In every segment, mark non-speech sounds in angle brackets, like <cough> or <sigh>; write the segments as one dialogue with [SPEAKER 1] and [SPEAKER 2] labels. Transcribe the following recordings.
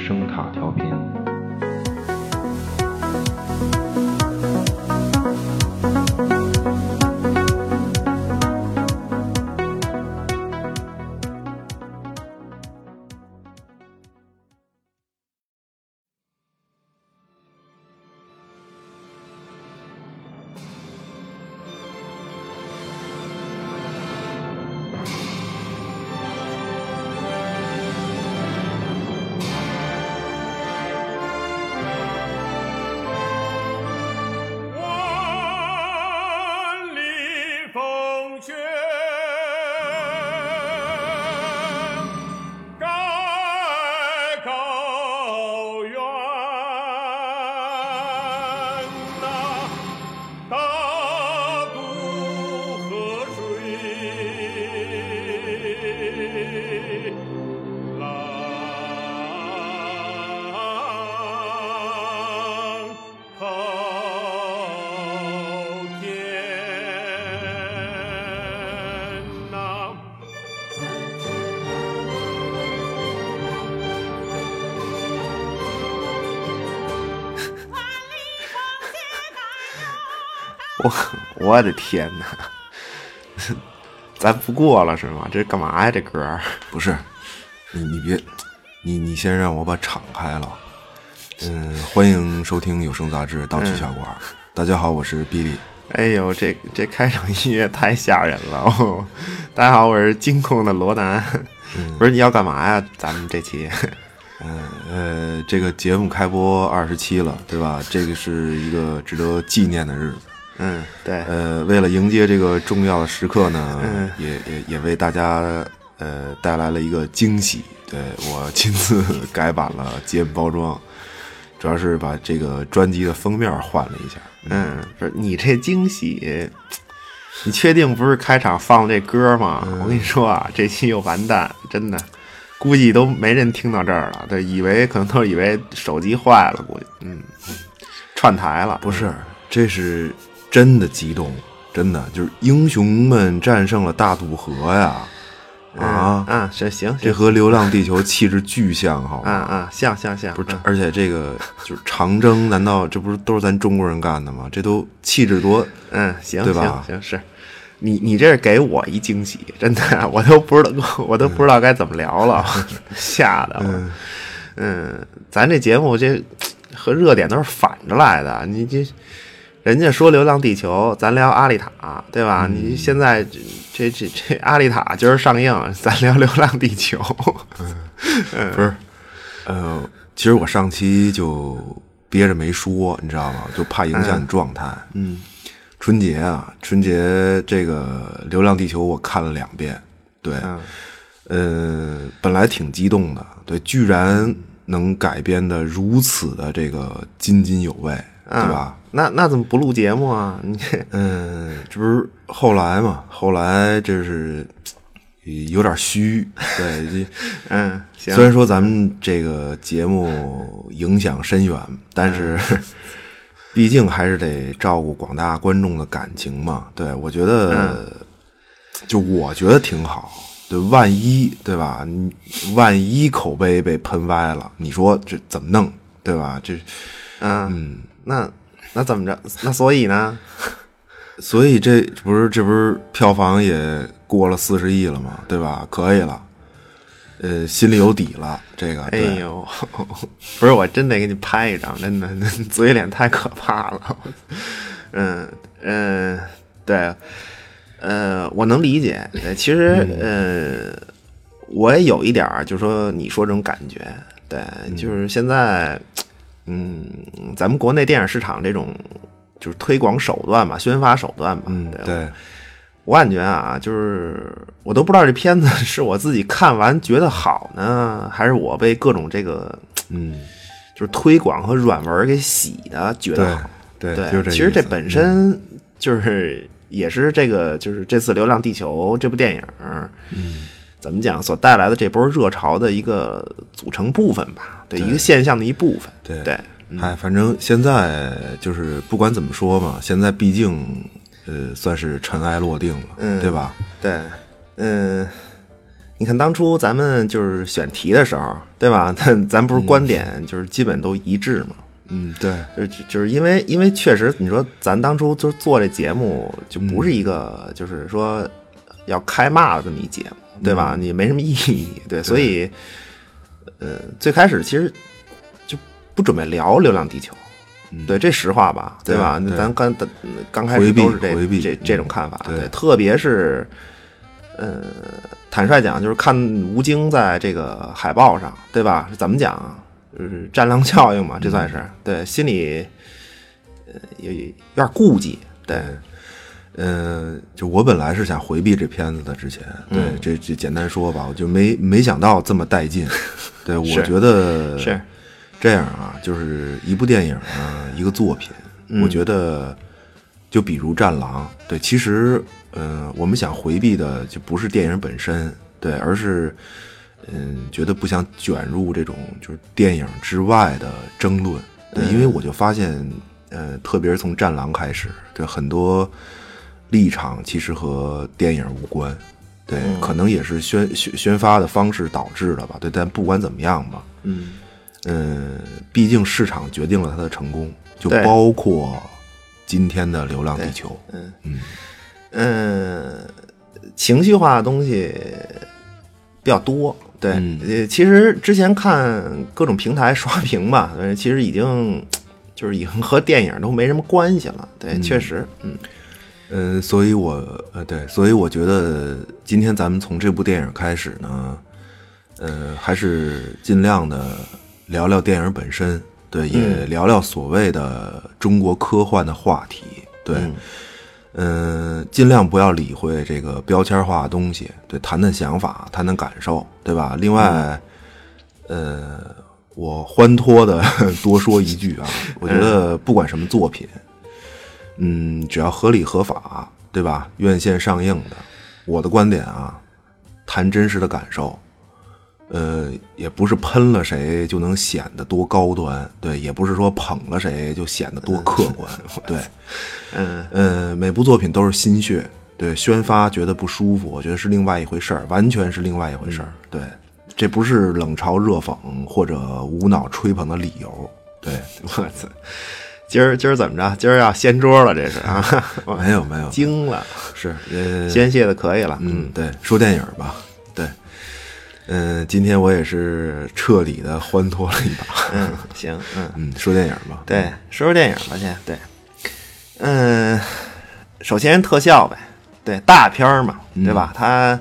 [SPEAKER 1] 声塔调频。
[SPEAKER 2] 万里风雪，盖高原呐、大渡河水浪滔天呐、
[SPEAKER 3] 我我的天哪！ <laughs> 咱不过了是吗？这干嘛呀？这歌儿
[SPEAKER 4] 不是，呃你你别，你你先让我把场开了。嗯，欢迎收听有声杂志《当吃小馆》
[SPEAKER 1] 嗯
[SPEAKER 4] 大家好，我是比利。
[SPEAKER 3] 哎呦，这这开场音乐太吓人了！ <laughs> 哦、大家好，我是惊恐的罗南。不是你要干嘛呀？咱们这期 <laughs>
[SPEAKER 4] 嗯呃，这个节目开播二十七了，对吧？这个是一个值得纪念的日子。
[SPEAKER 3] 嗯，对，
[SPEAKER 4] 呃，为了迎接这个重要的时刻呢，也也也为大家呃带来了一个惊喜。对我亲自改版了节目包装，主要是把这个专辑的封面换了一下。
[SPEAKER 3] 嗯，不是你这惊喜，你确定不是开场放这歌吗？我跟你说啊，这期又完蛋，真的，估计都没人听到这儿了。对，以为可能都以为手机坏了，估计嗯，串台了。
[SPEAKER 4] 不是，这是真的激动，真的就是英雄们战胜了大渡河呀！啊，
[SPEAKER 3] 啊，行行，
[SPEAKER 4] 这
[SPEAKER 3] 行
[SPEAKER 4] 和《流浪地球》气质巨像，好
[SPEAKER 3] 啊
[SPEAKER 4] 吗？
[SPEAKER 3] 啊，像像像，
[SPEAKER 4] 不是
[SPEAKER 3] 嗯，
[SPEAKER 4] 而且这个就是长征，难道这不是都是咱中国人干的吗？这都气质多，
[SPEAKER 3] 嗯，行，
[SPEAKER 4] 对吧
[SPEAKER 3] 行行是，你你这是给我一惊喜，真的，我都不知道， <laughs> 我都不知道该怎么聊了，
[SPEAKER 4] 嗯
[SPEAKER 3] 吓得我。嗯，咱这节目这和热点都是反着来的，你这。人家说《流浪地球》，咱聊《阿丽塔》，对吧？
[SPEAKER 4] 嗯
[SPEAKER 3] 你现在这这这这《阿丽塔》今儿上映，咱聊《流浪地球》
[SPEAKER 4] 不是？呃，其实我上期就憋着没说，你知道吗？就怕影响你状态。嗯，春节啊，春节这个《流浪地球》我看了两遍，对，呃，本来挺激动的，对，居然能改编的如此的这个津津有味，对吧？
[SPEAKER 3] 那那怎么不录节目啊？你这
[SPEAKER 4] 嗯，这不是后来嘛？后来这是呃有点虚，对，
[SPEAKER 3] 嗯，行，
[SPEAKER 4] 虽然说咱们这个节目影响深远，但是
[SPEAKER 3] 嗯
[SPEAKER 4] <laughs> 毕竟还是得照顾广大观众的感情嘛。对，我觉
[SPEAKER 3] 嗯
[SPEAKER 4] 得，就我觉得挺好。对，万一对吧？你万一口碑被喷歪了，你说这怎么弄？对吧？这，
[SPEAKER 3] 嗯，那那怎么着？那所以呢？
[SPEAKER 4] 所以这不是这不是票房也过了四十亿了嘛？对吧？可以了，呃，心里有底了。这个，
[SPEAKER 3] 哎
[SPEAKER 4] 对
[SPEAKER 3] 呦，不是，我真得给你拍一张，真的，嘴脸太可怕了。嗯嗯，对，呃，我能理解。呃其实，
[SPEAKER 4] 嗯
[SPEAKER 3] 呃，我也有一点儿，就说你说这种感觉，对，
[SPEAKER 4] 嗯
[SPEAKER 3] 就是现在，嗯，咱们国内电影市场这种就是推广手段吧，宣发手段吧，
[SPEAKER 4] 嗯，
[SPEAKER 3] 对吧
[SPEAKER 4] 对，
[SPEAKER 3] 我感觉啊，就是我都不知道这片子是我自己看完觉得好呢，还是我被各种这个
[SPEAKER 4] 嗯。
[SPEAKER 3] 就是推广和软文给洗的觉得好。
[SPEAKER 4] 对
[SPEAKER 3] 对，
[SPEAKER 4] 就是这
[SPEAKER 3] 其实
[SPEAKER 4] 意
[SPEAKER 3] 这
[SPEAKER 4] 思
[SPEAKER 3] 本身就是也是这个就是这次《流浪地球》这部电影，嗯，怎么讲所带来的这波热潮的一个组成部分吧，对，一个现象的一部分。
[SPEAKER 4] 对
[SPEAKER 3] 对，
[SPEAKER 4] 哎，反正现在就是不管怎么说嘛，现在毕嗯竟呃算是尘埃落定了，对吧？
[SPEAKER 3] 对，嗯，你看当初咱们就是选题的时候，对吧？但咱不是观点就是基本都一致嘛，
[SPEAKER 4] 嗯，对，
[SPEAKER 3] 就就就是因为因为确实，你说咱当初就是做这节目，就不
[SPEAKER 4] 嗯
[SPEAKER 3] 是一个就是说要开骂的这么一节目，对
[SPEAKER 4] 嗯
[SPEAKER 3] 吧？你没什么意义，对，所以呃，最开始其实就不准备聊《流浪地球》。对，这实话吧，
[SPEAKER 4] 嗯对
[SPEAKER 3] 吧？那
[SPEAKER 4] 对
[SPEAKER 3] 咱刚咱刚开始
[SPEAKER 4] 回避
[SPEAKER 3] 都是这
[SPEAKER 4] 回避
[SPEAKER 3] 这
[SPEAKER 4] 嗯
[SPEAKER 3] 这种看法，
[SPEAKER 4] 对
[SPEAKER 3] 特别是，呃，坦率讲，就是看吴京在这个海报上，对吧？怎么讲啊？就是战狼效应嘛，这算是、对心里，呃，有有点顾忌，对，
[SPEAKER 4] 呃，就我本来是想回避这片子的，之前对、这这简单说吧，我就没没想到这么带 <laughs> 劲。对，我
[SPEAKER 3] 是
[SPEAKER 4] 觉得
[SPEAKER 3] 是
[SPEAKER 4] 这样啊，就是一部电影啊，一个作品，我觉得就比如《战狼》，对，其实嗯、呃我们想回避的就不是电影本身，对，而是嗯，觉得不想卷入这种就是电影之外的争论，对，因为我就发现，呃，特别是从《战狼》开始，对很多立场其实和电影无关，对，可能也是宣宣宣发的方式导致的吧，对，但不管怎么样吧，
[SPEAKER 3] 嗯，
[SPEAKER 4] 嗯，毕竟市场决定了它的成功，就
[SPEAKER 3] 对
[SPEAKER 4] 包括今天的《流浪地球》，
[SPEAKER 3] 嗯，情绪化的东西比较多。对，
[SPEAKER 4] 嗯
[SPEAKER 3] 呃，其实之前看各种平台刷屏吧，呃，其实已经就是已经和电影都没什么关系了。对，确实，嗯
[SPEAKER 4] 嗯，所以我呃对，所以我觉得今天咱们从这部电影开始呢，呃，还是尽量的聊聊电影本身，对，也聊聊所谓的中国科幻的话题，对，嗯、尽量不要理会这个标签化的东西，对，谈谈想法，谈谈感受，对吧？另外，呃，我欢脱的 <laughs> 多说一句啊，我觉得不管什么作品，嗯，只要合理合法，对吧？院线上映的，我的观点啊，谈真实的感受，呃，也不是喷了谁就能显得多高端，对，也不是说捧了谁就显得多客观，对，
[SPEAKER 3] 嗯，
[SPEAKER 4] 呃，每部作品都是心血，对，宣发觉得不舒服，我觉得是另外一回事儿，完全是另外一回事儿，对，这不是冷嘲热讽或者无脑吹捧的理由，对，
[SPEAKER 3] <laughs> 我操，今儿今儿怎么着？今儿要掀桌了，这是啊， <laughs> 我
[SPEAKER 4] 没有没有，
[SPEAKER 3] 惊了，
[SPEAKER 4] 嗯是呃，
[SPEAKER 3] 宣泄的可以了，
[SPEAKER 4] 嗯，对，说电影吧，对，嗯、今天我也是彻底的欢脱了一
[SPEAKER 3] <laughs>
[SPEAKER 4] 把，
[SPEAKER 3] 嗯，行，嗯。
[SPEAKER 4] 嗯，说电影吧，
[SPEAKER 3] 对，说说电影吧，先对，嗯，首先特效呗，对，大片儿嘛，对吧？它，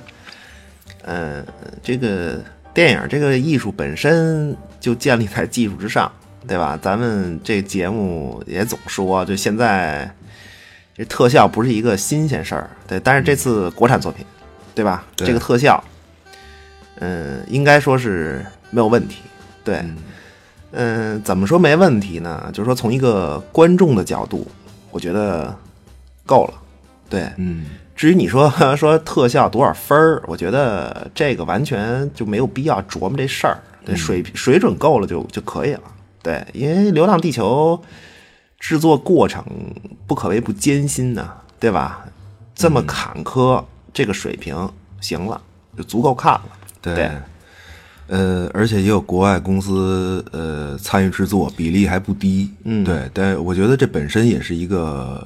[SPEAKER 3] 嗯，这个电影这个艺术本身就建立在技术之上，对吧？咱们这节目也总说，就现在这特效不是一个新鲜事儿，对，但是这次国产作品，对吧？
[SPEAKER 4] 对
[SPEAKER 3] 这个特效，嗯，应该说是没有问题，对。嗯，怎么说没问题呢？就是说从一个观众的角度，我觉得够了。对，
[SPEAKER 4] 嗯，
[SPEAKER 3] 至于你说 <laughs> 说特效多少分儿，我觉得这个完全就没有必要琢磨这事儿。对，水水准够了就就可以了。对，因为《流浪地球》制作过程不可谓不艰辛呐、对吧？这么坎坷，这个水平行了，就足够看了。
[SPEAKER 4] 对。
[SPEAKER 3] 对
[SPEAKER 4] 呃，而且也有国外公司呃参与制作，比例还不低。嗯，对，但我觉得这本身也是一个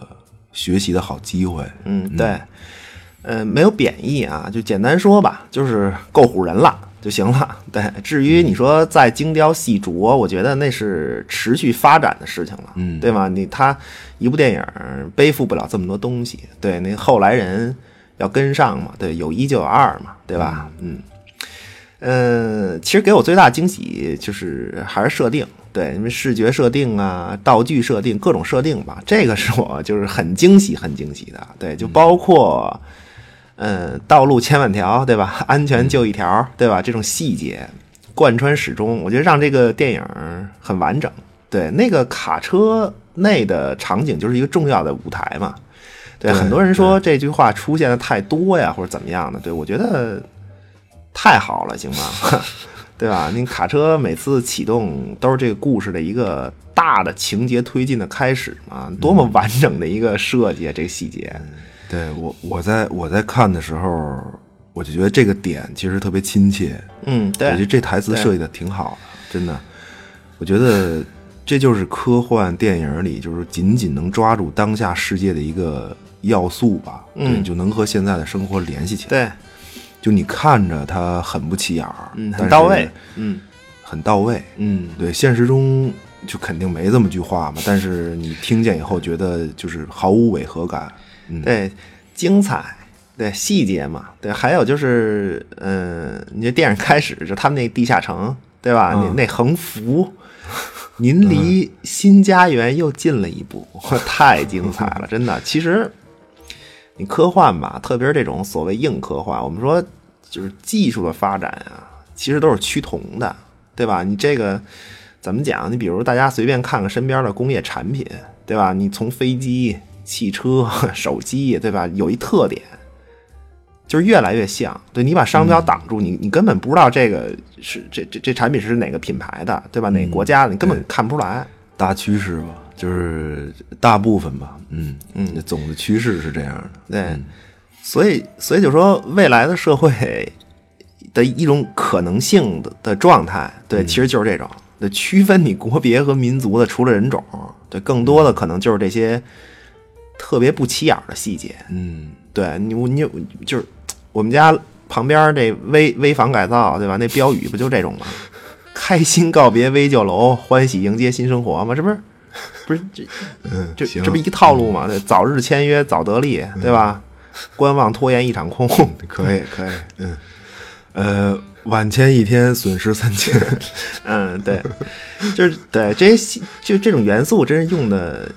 [SPEAKER 4] 学习的好机会。
[SPEAKER 3] 嗯，对，呃，没有贬义啊，就简单说吧，就是够唬人了就行了。对，至于你说再精雕细琢，我觉得那是持续发展的事情了，嗯，对吗？你他一部电影背负不了这么多东西，对，那后来人要跟上嘛，对，有一就有二嘛，对吧？嗯。嗯，其实给我最大惊喜就是还是设定，对，因为视觉设定啊、道具设定、各种设定吧，这个是我就是很惊喜、很惊喜的。对，就包括嗯，道路千万条，对吧？ <laughs> 安全就一条，对吧？这种细节贯穿始终，我觉得让这个电影很完整。对，那个卡车内的场景就是一个重要的舞台嘛。对，
[SPEAKER 4] 对
[SPEAKER 3] 很多人说这句话出现的太多呀，或者怎么样的。对我觉得太好了，行吗？ <laughs> 对吧？您卡车每次启动都是这个故事的一个大的情节推进的开始嘛，多么完整的一个设计啊！这个细节，
[SPEAKER 4] 对我，我在我在看的时候，我就觉得这个点其实特别亲切。
[SPEAKER 3] 嗯，
[SPEAKER 4] 我觉得
[SPEAKER 3] 对，
[SPEAKER 4] 这台词
[SPEAKER 3] 对
[SPEAKER 4] 设计的挺好的，真的。我觉得这就是科幻电影里就是紧紧能抓住当下世界的一个要素吧，对，就能和现在的生活联系起来。
[SPEAKER 3] 嗯对，
[SPEAKER 4] 就你看着它很不起眼儿，
[SPEAKER 3] 嗯，
[SPEAKER 4] 但
[SPEAKER 3] 很
[SPEAKER 4] 是
[SPEAKER 3] 到位，嗯
[SPEAKER 4] 很到位。
[SPEAKER 3] 嗯，
[SPEAKER 4] 对，现实中就肯定没这么句话嘛，但是你听见以后觉得就是毫无违和感。嗯，
[SPEAKER 3] 对，精彩，对细节嘛，对，还有就是，嗯、你这电影开始就他们那地下城，对吧？
[SPEAKER 4] 嗯
[SPEAKER 3] 那那横幅，您离新家园又近了一步， <laughs> 太精彩了，真的。其实你科幻吧，特别是这种所谓硬科幻，我们说就是技术的发展啊，其实都是趋同的，对吧？你这个怎么讲？你比如大家随便看看身边的工业产品，对吧？你从飞机、汽车、 <laughs> 手机，对吧？有一特点，就是越来越像。对你把商标挡住，你你根本不知道这个是这这这产品是哪个品牌的，对吧？哪个国家的，你根本看不出来。
[SPEAKER 4] 大趋势吧，就是大部分吧。嗯嗯，总的趋势是这样的。
[SPEAKER 3] 对，所以所以就说未来的社会的一种可能性的的状态，对，其实就是这种。对，区分你国别和民族的，除了人种，对，更多的可能就是这些特别不起眼儿的细节。
[SPEAKER 4] 嗯，
[SPEAKER 3] 对你，你就是我们家旁边这危危房改造，对吧？那标语不就这种吗？ <laughs> 开心告别危旧楼，欢喜迎接新生活嘛，这不是不是这
[SPEAKER 4] 嗯
[SPEAKER 3] 这
[SPEAKER 4] 行嗯
[SPEAKER 3] 这不一个套路嘛？对，早日签约早得利，对吧？观望拖延一场空，
[SPEAKER 4] <laughs> 可以可以，嗯，呃，晚签一天损失三千， <laughs>
[SPEAKER 3] 嗯，对，就是对这些细就这种元素，真是用的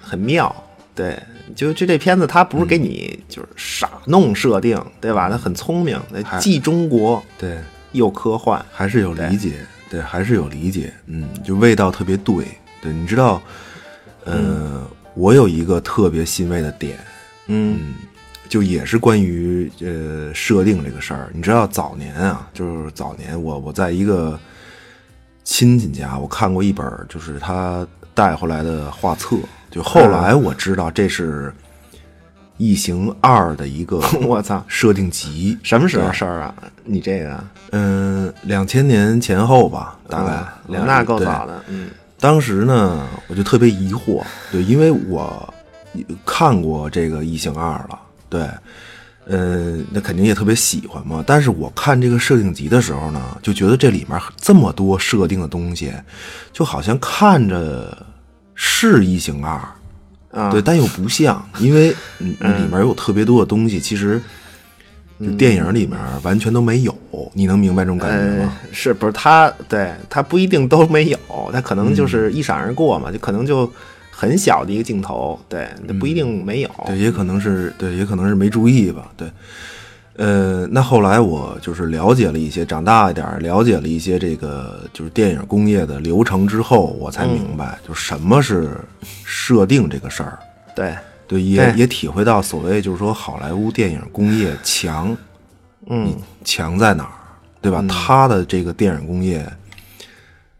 [SPEAKER 3] 很妙。对，就就这片子，它不是给你就是傻弄设定，对吧？它很聪明，对
[SPEAKER 4] 还
[SPEAKER 3] 既中国
[SPEAKER 4] 对，
[SPEAKER 3] 又科幻。
[SPEAKER 4] 还是有理解，对，还是有理解，嗯，就味道特别对，对，你知道，呃，我有一个特别欣慰的点，
[SPEAKER 3] 嗯
[SPEAKER 4] 就也是关于呃设定这个事儿。你知道早年啊，就是早年我我在一个亲戚家，我看过一本儿就是他带回来的画册，就后
[SPEAKER 3] 嗯
[SPEAKER 4] 来我知道这是《异形二》的一个
[SPEAKER 3] <laughs> 我操，
[SPEAKER 4] 设定集，
[SPEAKER 3] 什么时候
[SPEAKER 4] 对
[SPEAKER 3] 事儿啊？你这个，
[SPEAKER 4] 嗯，两千年前后吧，大概
[SPEAKER 3] 嗯
[SPEAKER 4] 两
[SPEAKER 3] 那够
[SPEAKER 4] 对
[SPEAKER 3] 早的，嗯
[SPEAKER 4] 当时呢，我就特别疑惑，对，因为我看过这个《异形二》了，对，呃，那肯定也特别喜欢嘛。但是我看这个设定集的时候呢，就觉得这里面这么多设定的东西，就好像看着是《异形二》，
[SPEAKER 3] 啊，
[SPEAKER 4] 对，但又不像，因为嗯里面有特别多的东西，其实就电影里面完全都没有。你能明白这种感觉
[SPEAKER 3] 呃
[SPEAKER 4] 吗？，
[SPEAKER 3] 是不是他？对他不一定都没有，他可能就是一闪而过嘛，就可能就很小的一个镜头，对，不一定没有。
[SPEAKER 4] 对，也可能是对，也可能是没注意吧。对，呃，那后来我就是了解了一些，长大一点儿了解了一些这个就是电影工业的流程之后，我才明白，就什么是设定这个事儿。
[SPEAKER 3] 对，
[SPEAKER 4] 对，也
[SPEAKER 3] 对
[SPEAKER 4] 也体会到所谓就是说好莱坞电影工业强，
[SPEAKER 3] 嗯，
[SPEAKER 4] 强在哪儿，对吧？它的这个电影工业。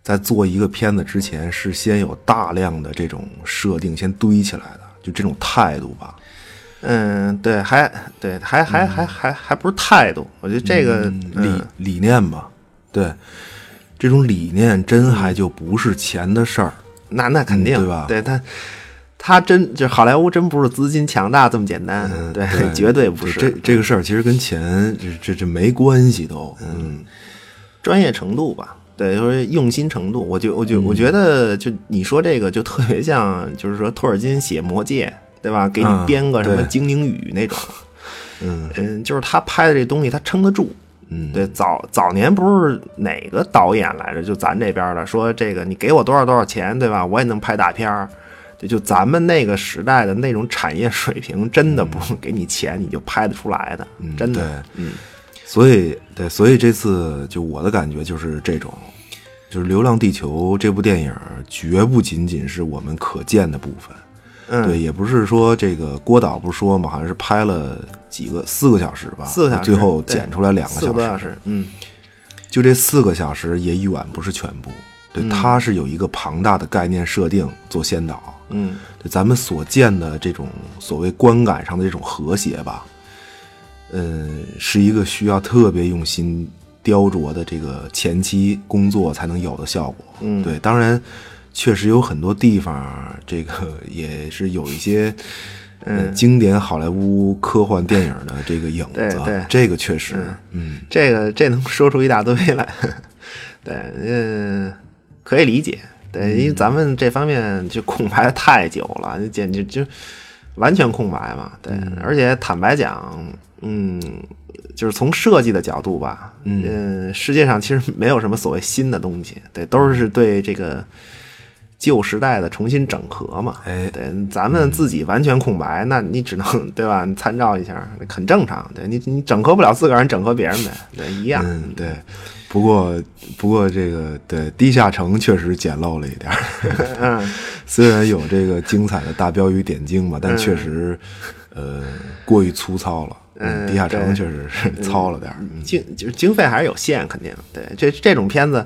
[SPEAKER 4] 在做一个片子之前，是先有大量的这种设定先堆起来的，就这种态度吧。
[SPEAKER 3] 嗯，对，还对，还还还还还不是态度，我觉得这个
[SPEAKER 4] 嗯理
[SPEAKER 3] 嗯
[SPEAKER 4] 理念吧，对，这种理念真还就不是钱的事儿，
[SPEAKER 3] 那那肯定
[SPEAKER 4] 嗯对吧
[SPEAKER 3] 对他。他真就好莱坞真不是资金强大这么简单，对， <laughs> 绝对不
[SPEAKER 4] 嗯
[SPEAKER 3] 是。
[SPEAKER 4] 这这个事儿其实跟钱这这这没关系都，嗯
[SPEAKER 3] 专业程度吧，对，就是用心程度。我就我就
[SPEAKER 4] 嗯
[SPEAKER 3] 我觉得，就你说这个就特别像，就是说托尔金写《魔戒》，对吧？给你
[SPEAKER 4] 嗯
[SPEAKER 3] 编个什么
[SPEAKER 4] 对
[SPEAKER 3] 精灵语那种，
[SPEAKER 4] 嗯
[SPEAKER 3] 嗯，就是他拍的这东西，他撑得住。
[SPEAKER 4] 嗯，
[SPEAKER 3] 对，早早年不是哪个导演来着？就咱这边的说这个，你给我多少多少钱，对吧？我也能拍大片儿。对，就咱们那个时代的那种产业水平，真的不是给你钱你就拍得出来的，
[SPEAKER 4] 嗯
[SPEAKER 3] 真
[SPEAKER 4] 对
[SPEAKER 3] 的。，嗯，
[SPEAKER 4] 所以对，所以这次就我的感觉就是这种，就是《流浪地球》这部电影绝不仅仅是我们可见的部分。
[SPEAKER 3] 嗯
[SPEAKER 4] 对，也不是说这个郭导不是说嘛，好像是拍了几个四个小时吧，
[SPEAKER 3] 四个小时
[SPEAKER 4] 最后
[SPEAKER 3] 对
[SPEAKER 4] 剪出来两个
[SPEAKER 3] 四个多小
[SPEAKER 4] 时，
[SPEAKER 3] 时，嗯，
[SPEAKER 4] 就这四个小时也远不是全部，对，它是有一个庞大的概念设定做先导，
[SPEAKER 3] 嗯，
[SPEAKER 4] 对，咱们所见的这种所谓观感上的这种和谐吧，嗯，是一个需要特别用心雕琢的这个前期工作才能有的效果。嗯，对，当然确实有很多地方，这个也是有一些。嗯，经典好莱坞科幻电影的这个影
[SPEAKER 3] 对
[SPEAKER 4] 子，
[SPEAKER 3] 对
[SPEAKER 4] 这个确实，嗯
[SPEAKER 3] 这个这能说出一大堆来， <laughs> 对，嗯、可以理解，对，因为咱们这方面就空白太久了，就简直就完全空白嘛，对，而且坦白讲，嗯，就是从设计的角度吧，嗯、世界上其实没有什么所谓新的东西，对，都是对这个。旧时代的重新整合嘛，
[SPEAKER 4] 哎
[SPEAKER 3] 对，咱们自己完全空白，那你只能对吧？你参照一下，很正常。对你，你整合不了自个儿，你整合别人呗，对，一样。
[SPEAKER 4] 嗯，对。不过不过这个对地下城确实简陋了一点儿，
[SPEAKER 3] 嗯
[SPEAKER 4] <laughs> 虽然有这个精彩的大标语点睛吧，但确实，呃，过于粗糙了。
[SPEAKER 3] 嗯
[SPEAKER 4] 地下城
[SPEAKER 3] 对
[SPEAKER 4] 确实是糙了点儿。嗯
[SPEAKER 3] 经就是经费还是有限，肯定对这这种片子，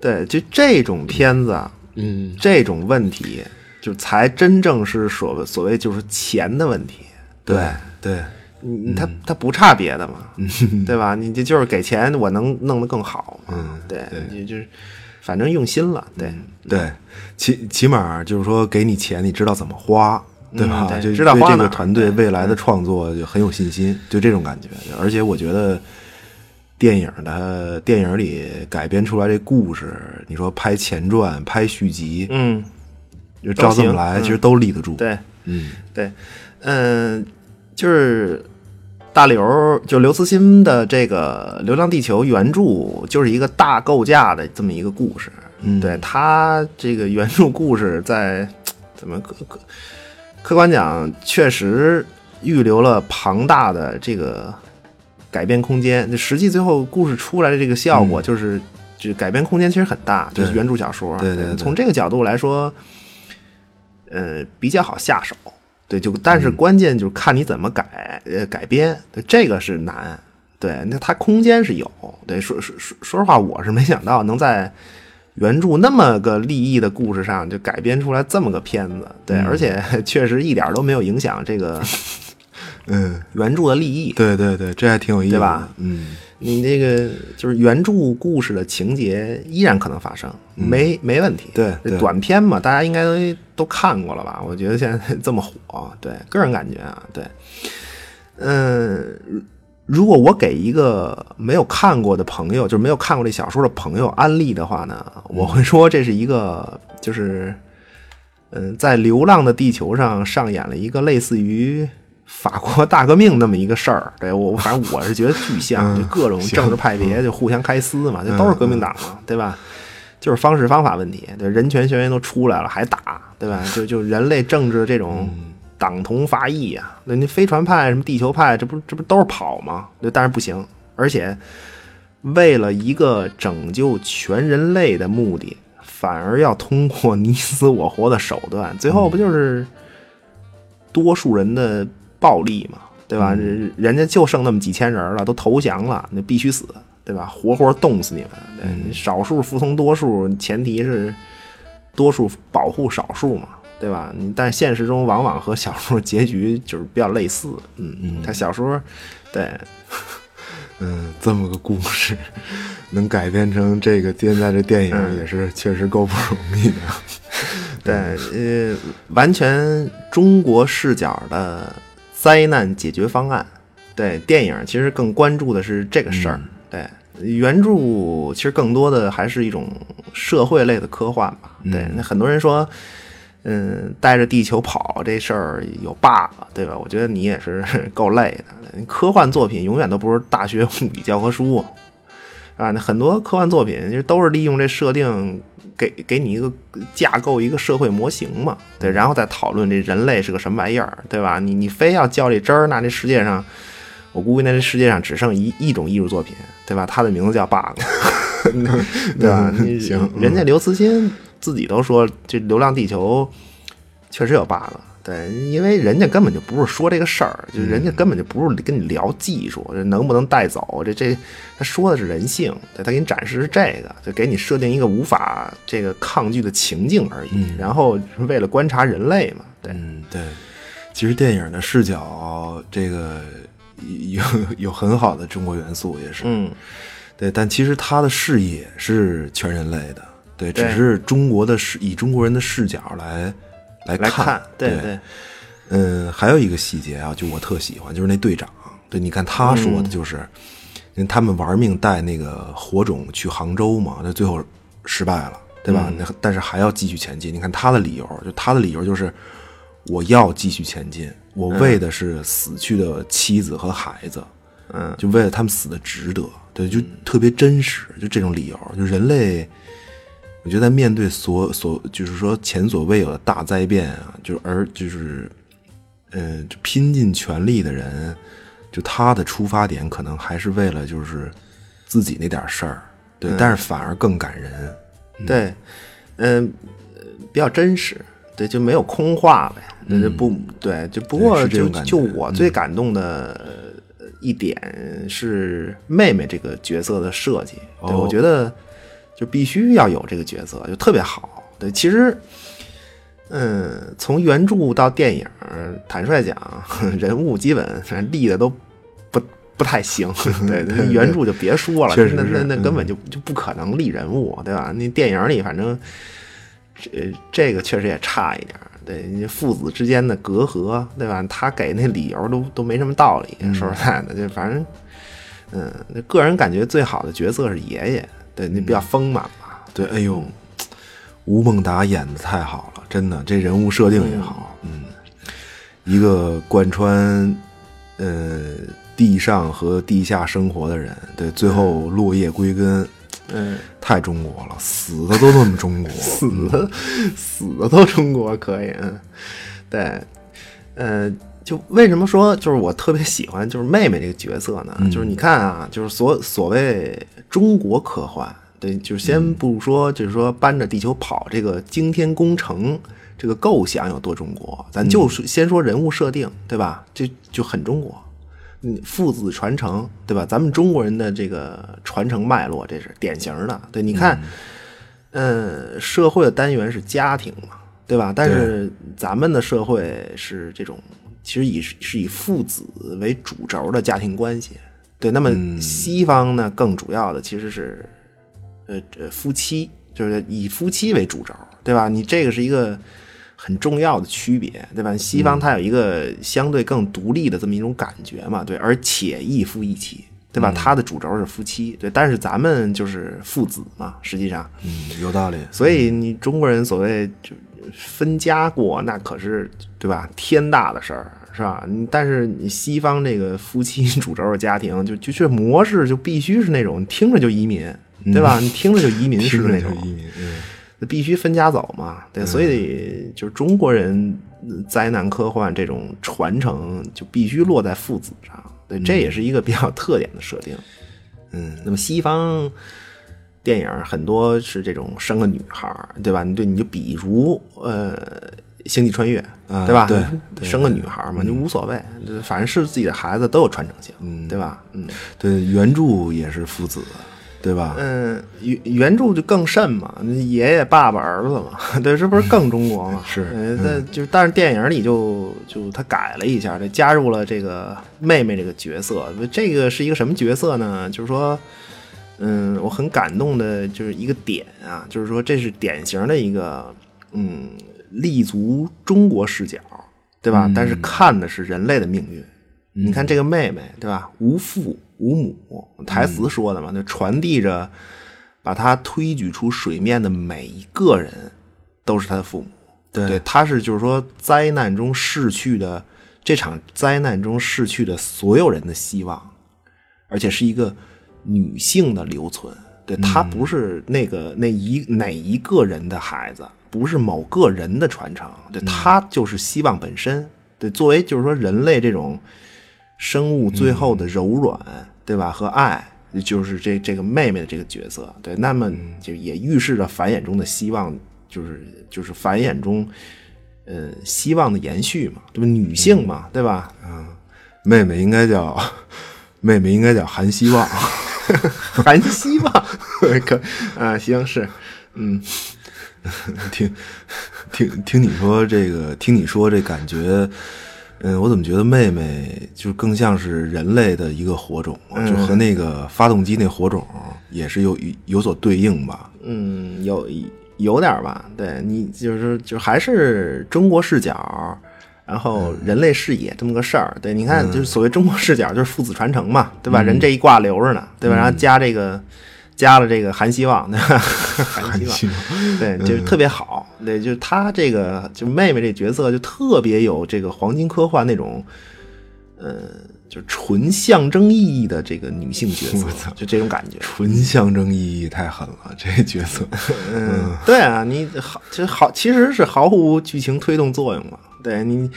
[SPEAKER 3] 对就这种片子，嗯，这种问题就才真正是所谓所谓就是钱的问题，
[SPEAKER 4] 对对，
[SPEAKER 3] 你他他不差别的嘛，对吧？你这就是给钱，我能弄得更好嘛，嗯
[SPEAKER 4] 嗯
[SPEAKER 3] 对，你就是反正用心了，对，
[SPEAKER 4] 对，起起码就是说，给你钱，你知道怎么花，对吧？
[SPEAKER 3] 嗯对
[SPEAKER 4] 就
[SPEAKER 3] 知道花
[SPEAKER 4] 对这
[SPEAKER 3] 哪
[SPEAKER 4] 个
[SPEAKER 3] 儿嗯
[SPEAKER 4] 团队未来的创作就很有信心，就这种感觉。而且我觉得，电影的电影里改编出来这故事，你说拍前传、拍续集，
[SPEAKER 3] 嗯，
[SPEAKER 4] 就照这么
[SPEAKER 3] 行嗯
[SPEAKER 4] 来，其实都立得住。，
[SPEAKER 3] 对。
[SPEAKER 4] 嗯，
[SPEAKER 3] 对，嗯，就是大刘儿就刘慈欣的这个《流浪地球》原著就是一个大构架的这么一个故事。
[SPEAKER 4] 嗯
[SPEAKER 3] 对他这个原著故事在怎么客客客观讲，确实预留了庞大的这个改变空间。就实际最后故事出来的这个效果，就是、这改变空间其实很大，就是
[SPEAKER 4] 嗯对
[SPEAKER 3] 原著小说。
[SPEAKER 4] 对对对
[SPEAKER 3] 啊嗯从这个角度来说，呃，比较好下手。对，就但
[SPEAKER 4] 嗯
[SPEAKER 3] 是关键就是看你怎么改，呃，改编，对，这个是难。对，那它空间是有。对，说说说说实话，我是没想到能在原著那么个立意的故事上就改编出来这么个片子。对，而且 <laughs> 确实一点都没有影响这个
[SPEAKER 4] 嗯，
[SPEAKER 3] 原著的立意。
[SPEAKER 4] 对对对，这还挺有意思，
[SPEAKER 3] 对吧？
[SPEAKER 4] 嗯，
[SPEAKER 3] 你这个就是原著故事的情节依然可能发生，没没问题。
[SPEAKER 4] 嗯对对
[SPEAKER 3] 短片嘛，大家应该都都看过了吧？我觉得现在 <laughs> 这么火，对个人感觉啊，对，嗯，如如果我给一个没有看过的朋友，就是没有看过这小说的朋友安利的话呢，
[SPEAKER 4] 嗯
[SPEAKER 3] 我会说这是一个就是。嗯，在《流浪的地球》上上演了一个类似于法国大革命那么一个事儿。对我，反正我是觉得巨
[SPEAKER 4] 嗯
[SPEAKER 3] 像，就各种政治派别就互相开撕嘛，就都是革命党嘛，对吧？就是方式方法问题，对人权宣言都出来了还打，对吧？就就人类政治这种党同伐异啊，那你飞船派什么地球派，这不这不都是跑吗？对，但是不行，而且为了一个拯救全人类的目的，反而要通过 <laughs> 你死我活的手段，最后不就是多数人的暴力嘛，对吧？人人家就剩那么几千人了，都投降了，那必须死，对吧？活活冻死你们，对少数服从多数，前提是多数保护少数嘛。对吧？你但现实中往往和小说结局就是比较类似，嗯嗯，他小说，对，
[SPEAKER 4] 嗯，这么个故事 <laughs> 能改编成这个现在这电
[SPEAKER 3] 嗯
[SPEAKER 4] 影，也是确实够不容易的。
[SPEAKER 3] 对，呃，完全中国视角的灾难解决方案。对，电影其实更关注的是这个事儿。对，原著其实更多的还是一种社会类的科幻吧。对，那很多人说，嗯，带着地球跑这事儿有 bug，对吧？我觉得你也是 <laughs> 够累的。科幻作品永远都不是大学物理教科书。啊，那很多科幻作品就都是利用这设定给给你一个架构一个社会模型嘛，对，然后再讨论这人类是个什么玩意儿，对吧？你你非要较这真儿，那这世界上，我估计那这世界上只剩一一种艺术作品，对吧？它的名字叫 bug，对吧？你
[SPEAKER 4] 行
[SPEAKER 3] 人家刘慈欣自己都说，这《流浪地球》确实有 bug。对，因为人家根本就不是说这个事儿，就人家根本就不是跟你聊技术，这能不能带走，这这他说的是人性，对他给你展示是这个，就给你设定一个无法这个抗拒的情境而已。然后是为了观察人类嘛，对，
[SPEAKER 4] 嗯，对，其实电影的视角这个有有很好的中国元素，也是，
[SPEAKER 3] 嗯，
[SPEAKER 4] 对，但其实他的视野是全人类的，对，
[SPEAKER 3] 对
[SPEAKER 4] 只是中国的视以中国人的视角来来
[SPEAKER 3] 来看，对
[SPEAKER 4] 对，嗯，还有一个细节啊，就我特喜欢，就是那队长，对，你看他说的就是，因为他们玩命带那个火种去杭州嘛，那最后失败了，对吧？那但是还要继续前进。你看他的理由，就他的理由就是我要继续前进，我为的是死去的妻子和孩子，
[SPEAKER 3] 嗯，
[SPEAKER 4] 就为了他们死的值得，对，就特别真实，就这种理由，就人类。我觉得在面对所所就是说前所未有的大灾变啊，就是而就是，呃，就拼尽全力的人，就他的出发点可能还是为了就是自己那点事儿，对，但是反而更感人。
[SPEAKER 3] 对，嗯、呃比较真实，对，就没有空话呗，那就不对，就不过
[SPEAKER 4] 嗯是这
[SPEAKER 3] 就
[SPEAKER 4] 种感觉嗯
[SPEAKER 3] 就我最感动的呃一点是妹妹这个角色的设计，对
[SPEAKER 4] 哦
[SPEAKER 3] 我觉得就必须要有这个角色，就特别好，对，其实。嗯，从原著到电影，坦率讲， <laughs> 人物基本反正立的都不不
[SPEAKER 4] <laughs>
[SPEAKER 3] 太行。对，那原著就别说了，
[SPEAKER 4] 确实
[SPEAKER 3] 那那
[SPEAKER 4] 是
[SPEAKER 3] 那
[SPEAKER 4] 嗯
[SPEAKER 3] 根本就就不可能立人物，对吧？那电影里反正这呃这个确实也差一点儿。对，你父子之间的隔阂，对吧？他给那理由都都没什么道理。
[SPEAKER 4] 嗯
[SPEAKER 3] 说实在的，就反正，嗯，那个人感觉最好的角色是爷爷，对，那比较丰满吧。
[SPEAKER 4] 嗯对，哎呦，吴孟达演的太好了，真的，这人物设定也好，嗯，一个贯穿呃地上和地下生活的人，对，最后落叶归根，
[SPEAKER 3] 嗯，
[SPEAKER 4] 太中国了，死的都那么中国，
[SPEAKER 3] <laughs> 死的死的都中国可以，嗯，对，呃，就为什么说就是我特别喜欢就是妹妹这个角色呢？就是你看啊，就是所所谓中国科幻，对，就是先不说就是说搬着地球跑这个惊天工程。这个构想有多中国，咱就是先说人物设定，对吧？这就很中国，嗯，父子传承，对吧？咱们中国人的这个传承脉络，这是典型的。对，你看，嗯，社会的单元是家庭嘛，对吧？但是咱们的社会是这种，其实以是以父子为主轴的家庭关系。对，那么西方呢，更主要的其实是，呃呃，夫妻，就是以夫妻为主轴，对吧？你这个是一个很重要的区别，对吧？西方它有一个相对更独立的这么一种感觉嘛，对，而且一夫一妻。对吧？它的主轴是夫妻，对，但是咱们就是父子嘛，实际上，
[SPEAKER 4] 嗯，有道理，
[SPEAKER 3] 所以你中国人所谓就分家过，那可是对吧？天大的事儿是吧？你但是你西方这个夫妻 <laughs> 主轴的家庭，就就这模式就必须是那种你听着就移民，对吧？你听着就移民式
[SPEAKER 4] <laughs> 听
[SPEAKER 3] 的
[SPEAKER 4] 着
[SPEAKER 3] 那
[SPEAKER 4] 就
[SPEAKER 3] 种，
[SPEAKER 4] 移民，嗯。
[SPEAKER 3] 那必须分家走嘛。对，所以就是中国人呃灾难科幻这种传承就必须落在父子上，对，这也是一个比较有特点的设定。
[SPEAKER 4] 嗯，
[SPEAKER 3] 那么西方电影很多是这种生个女孩儿，对吧？你对，你就比如呃，《星际穿越》
[SPEAKER 4] 啊
[SPEAKER 3] 对吧？
[SPEAKER 4] 对嗯
[SPEAKER 3] 生个女孩儿嘛，你无所谓，反正是自己的孩子都有传承性，对吧？嗯。
[SPEAKER 4] 对，原著也是父子，对吧？
[SPEAKER 3] 嗯，原原著就更甚嘛，爷爷、爸爸、儿子嘛， <laughs> 对，这不是更中国嘛？
[SPEAKER 4] 是
[SPEAKER 3] 呃，但就是但是电影里就就他改了一下，这加入了这个妹妹这个角色，这个是一个什么角色呢？就是说，嗯，我很感动的就是一个点啊，就是说这是典型的一个嗯立足中国视角，对吧？但是看的是人类的命运。你看这个妹妹，对吧？无父无母，台词说的嘛，就传递着把她推举出水面的每一个人都是她的父母。
[SPEAKER 4] 对
[SPEAKER 3] 对，她是就是说灾难中逝去的这场灾难中逝去的所有人的希望，而且是一个女性的留存。对，她
[SPEAKER 4] 嗯
[SPEAKER 3] 不是那个那一哪一个人的孩子，不是某个人的传承，对，
[SPEAKER 4] 嗯
[SPEAKER 3] 她就是希望本身。对，作为就是说人类这种生物最后
[SPEAKER 4] 嗯
[SPEAKER 3] 的柔软，对吧？和爱，就是这这个妹妹的这个角色，对，那么
[SPEAKER 4] 嗯
[SPEAKER 3] 就也预示着繁衍中的希望，就是就是繁衍中，呃，希望的延续嘛，对吧？女性嘛，对吧？
[SPEAKER 4] 嗯啊妹妹应该叫妹妹应该叫韩希
[SPEAKER 3] <laughs>
[SPEAKER 4] 望，
[SPEAKER 3] 含希望， <laughs> 可啊，行是，嗯，
[SPEAKER 4] <laughs> 听听听你说这个，听你说这感觉，嗯，我怎么觉得妹妹就更像是人类的一个火种，就和那个发动机那火种也是有有所对应吧？
[SPEAKER 3] 嗯，有有点儿吧，对你就是就还是中国视角，然后人类视野这么个事儿。对，你看，就是所谓中国视角，就是父子传承嘛，对吧？人这一挂留着呢，对吧？然后加这个。加了这个韩希望，对吧？ <laughs>
[SPEAKER 4] 哎
[SPEAKER 3] 韩希望， <laughs> 对，就是特别好，对，就是她这个就妹妹这角色就特别有这个黄金科幻那种，呃，就纯象征意义的这个女性角色
[SPEAKER 4] 我操，
[SPEAKER 3] 就这种感觉。
[SPEAKER 4] 纯象征意义太狠了，这角色，
[SPEAKER 3] 嗯，对啊，你好，其实好，其实是毫无剧情推动作用嘛。对你，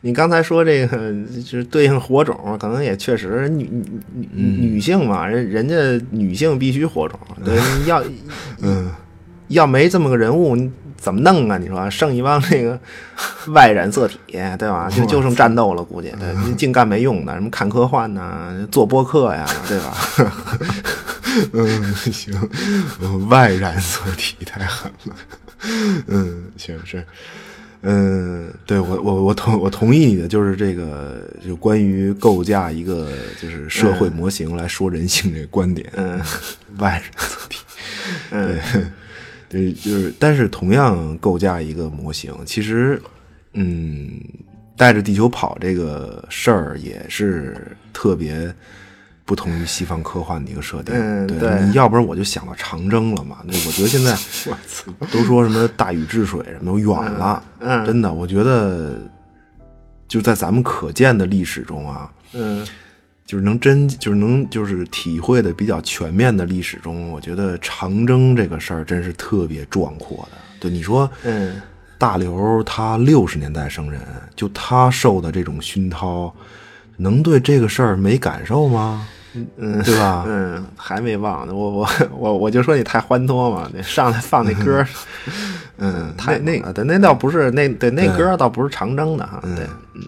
[SPEAKER 3] 你刚才说这个就是对应火种，可能也确实女女女
[SPEAKER 4] 嗯
[SPEAKER 3] 女性嘛，人人家女性必须
[SPEAKER 4] <laughs>
[SPEAKER 3] 火种，对，你要
[SPEAKER 4] 嗯，
[SPEAKER 3] 要没这么个人物，你怎么弄啊？你说剩一帮这个 <laughs> 外染色体，对吧？就就剩战斗了，估计对，
[SPEAKER 4] 嗯
[SPEAKER 3] 你净干没用的，什么看科幻呐、做播客呀，对吧？
[SPEAKER 4] <laughs> 嗯，行，嗯 <laughs> 外染色体太狠了。嗯，行是，嗯，对我我我同我同意你的，就是这个就关于构架一个就是社
[SPEAKER 3] 嗯
[SPEAKER 4] 会模型来说人性这个观点。嗯， <laughs> 外染色体，
[SPEAKER 3] <laughs> 嗯
[SPEAKER 4] 对，就是但是同样构架一个模型，其实嗯，带着地球跑这个事儿也是特别。不同于西方科幻的一个设定，
[SPEAKER 3] 嗯
[SPEAKER 4] 对，
[SPEAKER 3] 对
[SPEAKER 4] 你要不然我就想到长征了嘛。那我觉得
[SPEAKER 3] <laughs>
[SPEAKER 4] 现在都说什么大禹治水什么远了，
[SPEAKER 3] 嗯嗯
[SPEAKER 4] 真的，我觉得就在咱们可见的历史中啊，
[SPEAKER 3] 嗯
[SPEAKER 4] 就是能真就是能就是体会的比较全面的历史中，我觉得长征这个事儿真是特别壮阔的。对你说，
[SPEAKER 3] 嗯，
[SPEAKER 4] 大刘他六十年代生人，就他受的这种熏陶，能对这个事儿没感受吗？嗯，对吧？
[SPEAKER 3] 嗯，还没忘呢，我我我我就说你太欢脱嘛，那上来放那
[SPEAKER 4] <laughs>
[SPEAKER 3] 歌，嗯，太那那那倒不是那对那歌倒不是长征的哈，对，嗯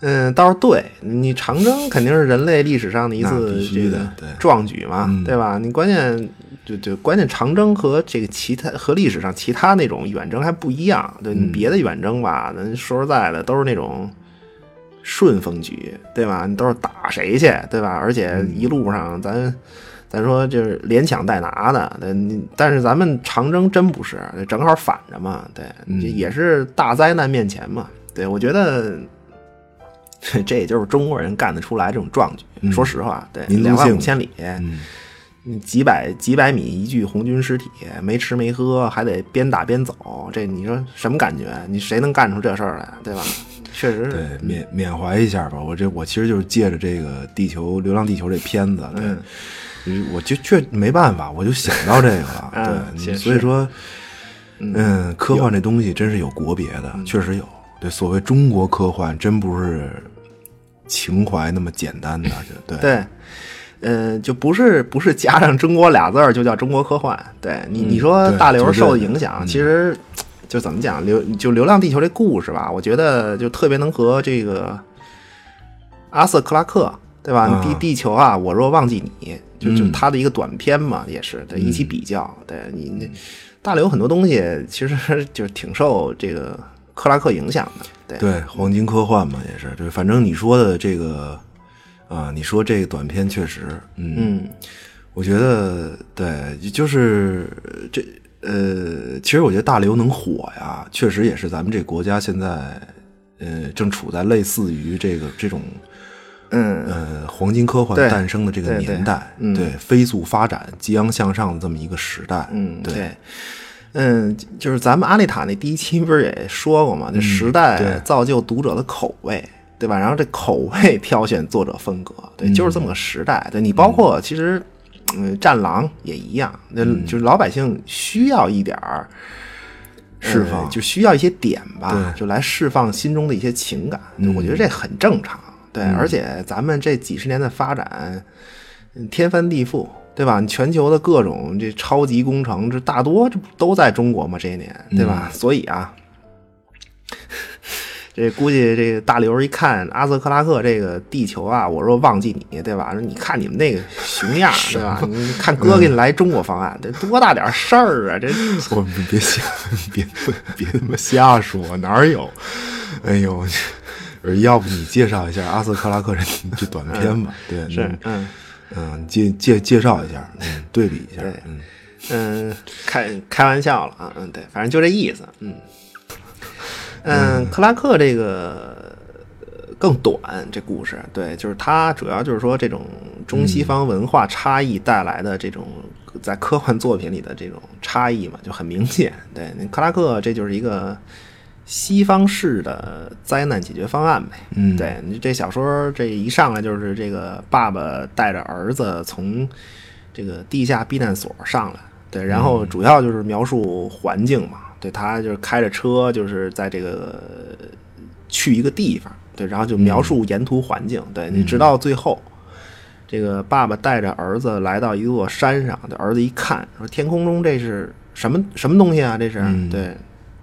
[SPEAKER 3] 嗯，倒是对你长征肯定是人类历史上的一
[SPEAKER 4] 那
[SPEAKER 3] 次
[SPEAKER 4] 必须
[SPEAKER 3] 这
[SPEAKER 4] 的
[SPEAKER 3] 个
[SPEAKER 4] 对嗯
[SPEAKER 3] 壮举嘛，对吧？你关键就就关键长征和这个其他和历史上其他那种远征还不一样，对
[SPEAKER 4] 嗯
[SPEAKER 3] 你别的远征吧，咱说实在的都是那种。顺风局，对吧？你都是打谁去，对吧？而且
[SPEAKER 4] 嗯
[SPEAKER 3] 一路上咱、咱说就是连抢带拿的，对你但是咱们长征真不是，正好反着嘛，对，
[SPEAKER 4] 嗯
[SPEAKER 3] 这也是大灾难面前嘛，对我觉得。 <laughs> 这也就是中国人干得出来这种壮举。说实话，对，
[SPEAKER 4] 嗯民族
[SPEAKER 3] 两万
[SPEAKER 4] 性嗯
[SPEAKER 3] 五千里，几百几百米一具红军尸体，没吃没喝，还得边打边走，这你说什么感觉？你谁能干出这事儿来，啊对吧？确实是，
[SPEAKER 4] 对，缅缅怀一下吧。我这我其实就是借着这个《地球流浪地球》这片子，对，就是我就确没办法，我就想到这个了。
[SPEAKER 3] 嗯
[SPEAKER 4] 对，
[SPEAKER 3] 是
[SPEAKER 4] 你所以
[SPEAKER 3] 是
[SPEAKER 4] 说，嗯，科幻这东西真是有国别的，确实有。对，所谓中国科幻，真不是情怀那么简单的。就对，
[SPEAKER 3] 对，呃，就不是不是加上“中国”俩字儿就叫中国科幻。对你，你说
[SPEAKER 4] 嗯对
[SPEAKER 3] 大刘
[SPEAKER 4] 就这
[SPEAKER 3] 受
[SPEAKER 4] 个
[SPEAKER 3] 的
[SPEAKER 4] 嗯
[SPEAKER 3] 影响，其实就怎么讲，流就《流浪地球》这故事吧，我觉得就特别能和这个阿瑟·克拉克，对吧？地
[SPEAKER 4] 啊
[SPEAKER 3] 地球啊，我若忘记你，就就
[SPEAKER 4] 嗯
[SPEAKER 3] 他的一个短片嘛，也是对一起比较。对你那大刘很多东西其实 <laughs> 就是挺受这个克拉克影响的。对，
[SPEAKER 4] 对，黄金科幻嘛，也是。对，反正你说的这个啊，你说这个短片确实，
[SPEAKER 3] 嗯
[SPEAKER 4] 我觉得对，就是呃这呃，其实我觉得大刘能火呀，确实也是咱们这国家现在呃正处在类似于这个这种
[SPEAKER 3] 嗯。
[SPEAKER 4] 呃黄金科幻
[SPEAKER 3] 对
[SPEAKER 4] 诞生的这个
[SPEAKER 3] 对对
[SPEAKER 4] 年代，
[SPEAKER 3] 嗯
[SPEAKER 4] 飞速发展、激昂向上的这么一个时代，
[SPEAKER 3] 嗯，
[SPEAKER 4] 对。 <laughs>
[SPEAKER 3] 对，嗯，就就是咱们阿丽塔那第一期不是也说过嘛，这时代
[SPEAKER 4] 嗯对
[SPEAKER 3] 造就读者的口味，对吧？然后这口味 <laughs> 挑选作者风格，对，就是
[SPEAKER 4] 嗯
[SPEAKER 3] 这么个时代。对你包括其实，嗯，战狼也一样，那
[SPEAKER 4] 嗯
[SPEAKER 3] 就是老百姓需要一点儿。
[SPEAKER 4] 释
[SPEAKER 3] 呃
[SPEAKER 4] 放
[SPEAKER 3] 就需要一些点吧，
[SPEAKER 4] 对嗯
[SPEAKER 3] 就来释放心中的一些情感。对我觉得这很正常，对，而且咱们这几十年的发展，嗯天翻地覆，对吧？你全球的各种这超级工程，这大多这不都在中国嘛？这些年，
[SPEAKER 4] 嗯
[SPEAKER 3] 对吧？所以啊， <laughs> 这估计这个大刘一看阿瑟克拉克这个地球啊，我说忘记你，对吧？说你看你们那个
[SPEAKER 4] <laughs>
[SPEAKER 3] 熊样儿，对
[SPEAKER 4] 啊
[SPEAKER 3] 吧？你看哥给你来中国方案，这多大点儿
[SPEAKER 4] 嗯
[SPEAKER 3] 事儿啊！这
[SPEAKER 4] 我们别瞎，别别他妈瞎说，哪有？哎呦， <laughs> 要不你介绍一下阿瑟克拉克这这短片吧？对，
[SPEAKER 3] 是，
[SPEAKER 4] 嗯
[SPEAKER 3] 嗯
[SPEAKER 4] 嗯，介介介绍一下，嗯，对比一下，
[SPEAKER 3] 对
[SPEAKER 4] 嗯，
[SPEAKER 3] 嗯，开开玩笑了啊，嗯，对，反正就这意思，嗯嗯，克拉克这个呃更短，这故事，对，就是它主要就是说这种中西方文化差异带来的这种在科幻作品里的这种差异嘛，就很明显，对，那克拉克这就是一个。西方式的灾难解决方案呗。嗯，对你这小说这一上来就是这个爸爸带着儿子从这个地下避难所上来，对，然后主要就是描述环境嘛，对他就是开着车就是在这个去一个地方，对，然后就描述沿途环境，对你直到最后。这个爸爸带着儿子来到一座山上，这儿子一看说：“天空中这是什么什么东西啊？这是、对，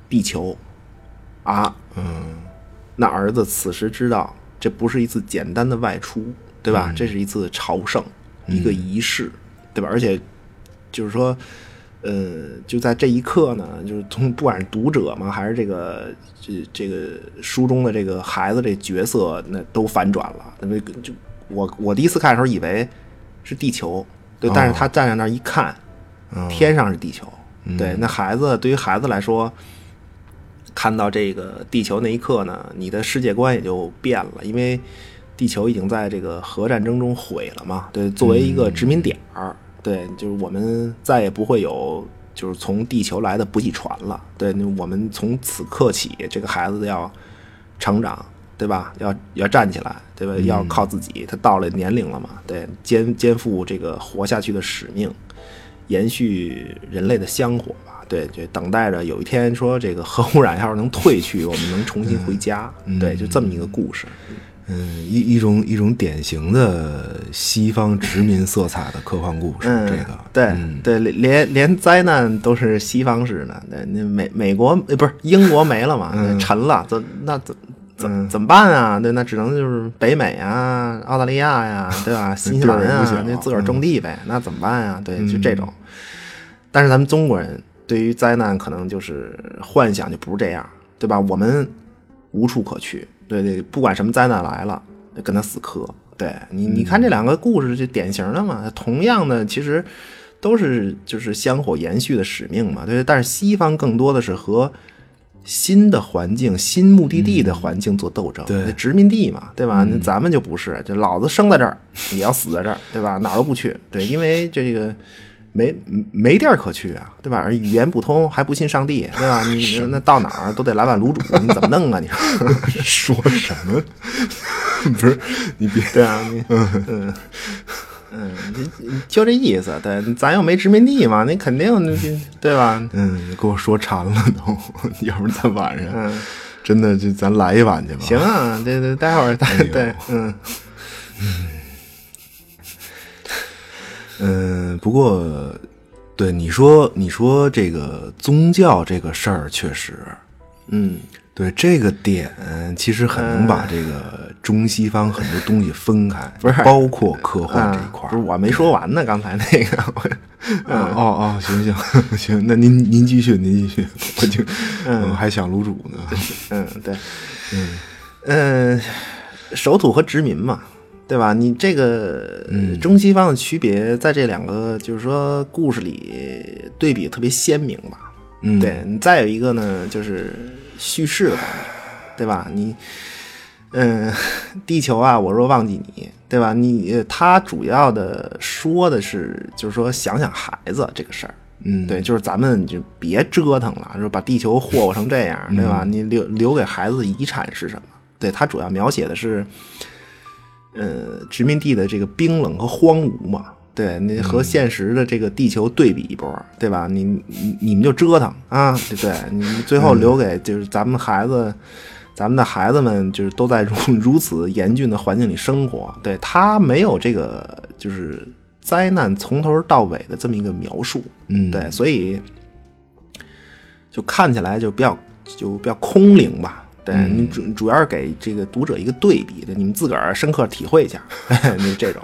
[SPEAKER 3] 地球，啊，嗯，那儿子此时知道这不是一次简单的外出，对吧？这是一次朝圣，一个仪式，对吧？而且就是说，呃，就在这一刻呢，就是从不管是读者嘛，还是这个这这个书中的这个孩子这角色，那都反转了。那么就我我第一次看的时候以为是地球，对，但是他站在那儿一看，天上是地球。对，那孩子对于孩子来说，看到这个地球那一刻呢，你的世界观也就变了，因为地球已经在这个核战争中毁了嘛。对，作为一个殖民点儿，对，就是我们再也不会有就是从地球来的补给船了。对，那我们从此刻起，这个孩子要成长。对吧？要要站起来，对吧？要靠自己。他到了年龄了嘛，对，肩肩负这个活下去的使命。延续人类的香火吧。对，就等待着有一天说这个核污染要是能退去，我们能重新回家。对，就这么一个故事。
[SPEAKER 4] 嗯，一一种一种典型的西方殖民色彩的科幻故事，
[SPEAKER 3] 嗯，
[SPEAKER 4] 这个
[SPEAKER 3] 对、对，连连连灾难都是西方式的。对，那美美国呃不是英国没
[SPEAKER 4] <laughs>
[SPEAKER 3] 了嘛，
[SPEAKER 4] 嗯
[SPEAKER 3] 对沉了，怎那怎怎怎么办啊？对，那只能就是北美啊、澳大利亚呀、
[SPEAKER 4] <laughs>
[SPEAKER 3] 对吧？新西兰
[SPEAKER 4] 地儿也不嗯
[SPEAKER 3] 啊
[SPEAKER 4] 小，
[SPEAKER 3] 那自个儿种地呗，那怎么办呀、对，就这种。但是咱们中国人对于灾难可能就是幻想就不是这样，对吧？我们无处可去，对对，不管什么灾难来了，就跟他死磕。对你，你看这两个故事就典型的嘛，同样的其实都是就是香火延续的使命嘛，对。但是西方更多的是和新的环境、新目的地的环境做斗争，
[SPEAKER 4] 对
[SPEAKER 3] 那殖民地嘛，对吧？
[SPEAKER 4] 嗯
[SPEAKER 3] 那咱们就不是，就老子生
[SPEAKER 4] <laughs>
[SPEAKER 3] 在这儿，也要死在这儿，对吧？哪儿都不去，对，因为这个没没地儿可去啊，对吧？而语言不通，还不信上帝，对
[SPEAKER 4] <laughs>
[SPEAKER 3] 吧？你那到哪儿都得来碗卤煮，你怎么弄啊你？
[SPEAKER 4] 说什么？ <laughs> 不是你别
[SPEAKER 3] <laughs> 对
[SPEAKER 4] <laughs>
[SPEAKER 3] 啊，你嗯嗯，你你就这意思，对，咱又没殖民地嘛，你肯定对吧？
[SPEAKER 4] 嗯，给我说馋了都， <laughs> 要不然咱晚上、真的就咱来一碗去吧。
[SPEAKER 3] 嗯行啊，对对，待会儿待
[SPEAKER 4] 哎呦
[SPEAKER 3] 对，嗯
[SPEAKER 4] 嗯，不过，对你说，你说这个宗教这个事儿，确实，
[SPEAKER 3] 嗯，
[SPEAKER 4] 对这个点，其实很能把这个中西方很多东西分
[SPEAKER 3] <laughs>
[SPEAKER 4] 开，不是包括科幻这一块儿。
[SPEAKER 3] 啊不是我没说完呢，刚才那个，我
[SPEAKER 4] 嗯哦哦，行行 <laughs> 行，那您您继续，您继续，我就嗯还想卤煮呢。
[SPEAKER 3] 嗯，对，嗯，守土和殖民嘛，对吧？你这个呃中西方的区别，在这两个就是说故事里对比特别鲜明吧。
[SPEAKER 4] 嗯，
[SPEAKER 3] 对你再有一个呢，就是叙事的方面，对吧？你，嗯， <laughs> 地球啊，我若忘记你，对吧？你他主要的说的是，就是说想想孩子这个事儿。
[SPEAKER 4] 嗯，
[SPEAKER 3] 对，就是咱们就别折腾了，就是把地球霍霍成这样，对吧？你留留给孩子的遗产是什么？对，它主要描写的是，呃，殖民地的这个冰冷和荒芜嘛。对，你和现实的这个地球对比一波，对吧？你你你们就折腾啊，对对，你们最后留给就是咱们孩子，咱们的孩子们就是都在 <laughs> 如如此严峻的环境里生活，对他没有这个就是灾难从头到尾的这么一个描述，
[SPEAKER 4] 嗯
[SPEAKER 3] 对，所以就看起来就比较就比较空灵吧。对，
[SPEAKER 4] 嗯
[SPEAKER 3] 你主主要是给这个读者一个对比的，你们自个儿深刻体会一下， <laughs> 就这
[SPEAKER 4] <laughs>
[SPEAKER 3] 种，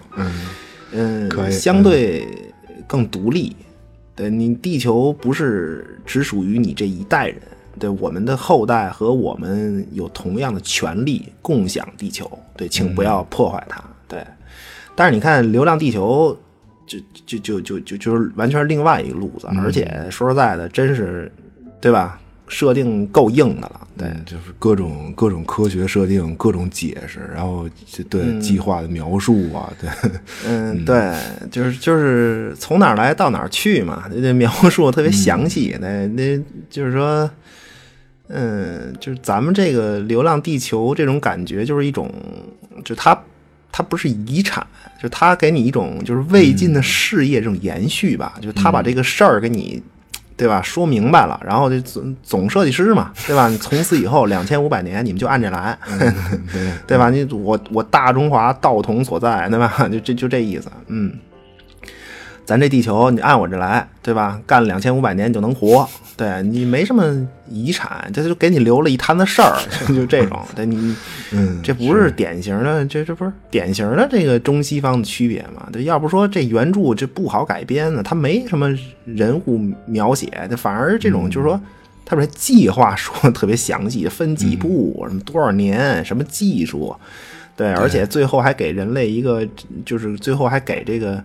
[SPEAKER 3] 嗯
[SPEAKER 4] 可以
[SPEAKER 3] 相对更独立。对你，地球不是只属于你这一代人，对我们的后代和我们有同样的权利共享地球，对，请
[SPEAKER 4] 嗯
[SPEAKER 3] 不要破坏它，对。但是你看《流浪地球》就，就就就就就就是完全是另外一个路子，而且说实在的，真是，对吧？设定够硬的了，对，
[SPEAKER 4] 嗯就是各种各种科学设定，各种解释，然后这对、计划的描述啊，对，
[SPEAKER 3] 嗯，对，就是就是从哪儿来到哪儿去嘛， <laughs> 这这描述特别详细。那那、就是说，嗯，就是咱们这个《流浪地球》这种感觉，就是一种，就它它不是遗产，就它给你一种就是未尽的事业这种延续吧，就是它把这个事儿给你。对吧？说明白了，然后就总总设计师嘛，对吧？你从此以后两千五百年，你们就按这来，对吧？你我我大中华道统所在，对吧？ <laughs> 就就就这意思，嗯。咱这地球，你按我这来，对吧？干两千五百年你就能活，对你没什么遗产，这就给你留了一摊子事儿， <laughs> 就就这种，对你，
[SPEAKER 4] 嗯
[SPEAKER 3] 这不是典型的，这这不是典型的这个中西方的区别嘛？对，要不说这原著这不好改编呢，它没什么人物描写，这反而这种就是说。它把这计划说的特别详细，分几步，什么多少年，什么技术，对，而且最后还给人类一个，就是最后还给这个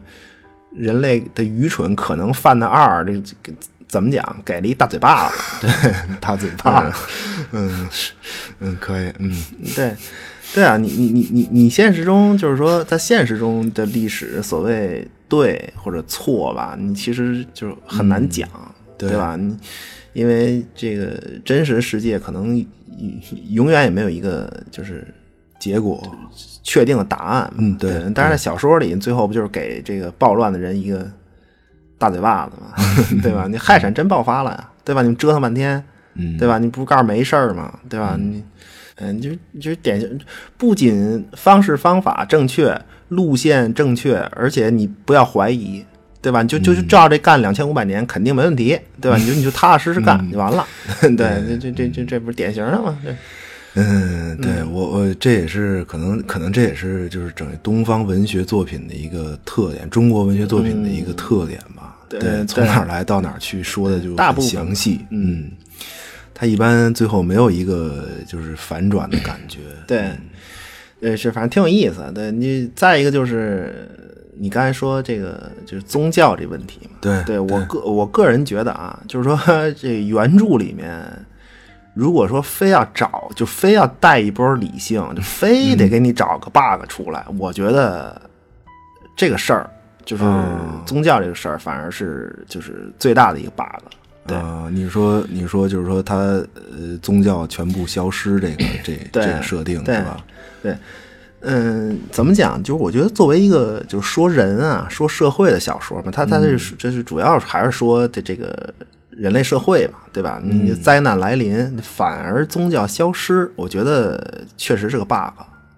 [SPEAKER 3] 人类的愚蠢可能犯的二，这这怎么讲？给了一大嘴巴子，对，大嘴巴子，
[SPEAKER 4] 嗯 <laughs> 嗯，可以，嗯
[SPEAKER 3] 对，对啊，你你你你你现实中就是说，在现实中的历史所谓对或者错吧，你其实就是很难讲，
[SPEAKER 4] 对
[SPEAKER 3] 吧？你因为这个真实世界可能永远也没有一个就是
[SPEAKER 4] 结果
[SPEAKER 3] 确定的答案嘛。
[SPEAKER 4] 嗯对
[SPEAKER 3] 当然，在小说里，最后不就是给这个暴乱的人一个大嘴巴子嘛，对吧？你氦闪真爆发了呀，对吧？你们折腾半天，
[SPEAKER 4] 嗯
[SPEAKER 3] 对吧？你不是告诉没事儿吗？对吧？你，嗯，你就就是典型，不仅方式方法正确，路线正确，而且你不要怀疑。对吧？你就就就照这干两千五百年，肯定没问题，对吧？你就你就踏踏实实干就完了， <laughs> 对，这这这这这不是典型的吗？对，
[SPEAKER 4] 嗯，对我我这也是可能可能这也是就是整个东方文学作品的一个特点，中国文学作品的一个特点吧。
[SPEAKER 3] 嗯对对
[SPEAKER 4] 从哪儿来到哪儿去，说的就
[SPEAKER 3] 大部
[SPEAKER 4] 很
[SPEAKER 3] 分
[SPEAKER 4] 详细。嗯，他一般最后没有一个就是反转的感觉。
[SPEAKER 3] 对，呃，是反正挺有意思的。对你再一个就是你刚才说这个就是宗教这问题嘛，
[SPEAKER 4] 对
[SPEAKER 3] 对我个我个人觉得啊，就是说这原著里面，如果说非要找，就非要带一波理性，就非得给你找个 bug 出来，我觉得这个事儿就是宗教这个事儿，反而是就是最大的一个 bug。对，
[SPEAKER 4] 啊，你说你说就是说他呃宗教全部消失这个这这
[SPEAKER 3] 对
[SPEAKER 4] 个设定
[SPEAKER 3] 对
[SPEAKER 4] 是吧？
[SPEAKER 3] 对，嗯，怎么讲？就是我觉得作为一个就是说人啊，说社会的小说嘛，它它是这是主要还是说的这个人类社会吧，对吧？你灾难来临，反而宗教消失，我觉得确实是个 bug。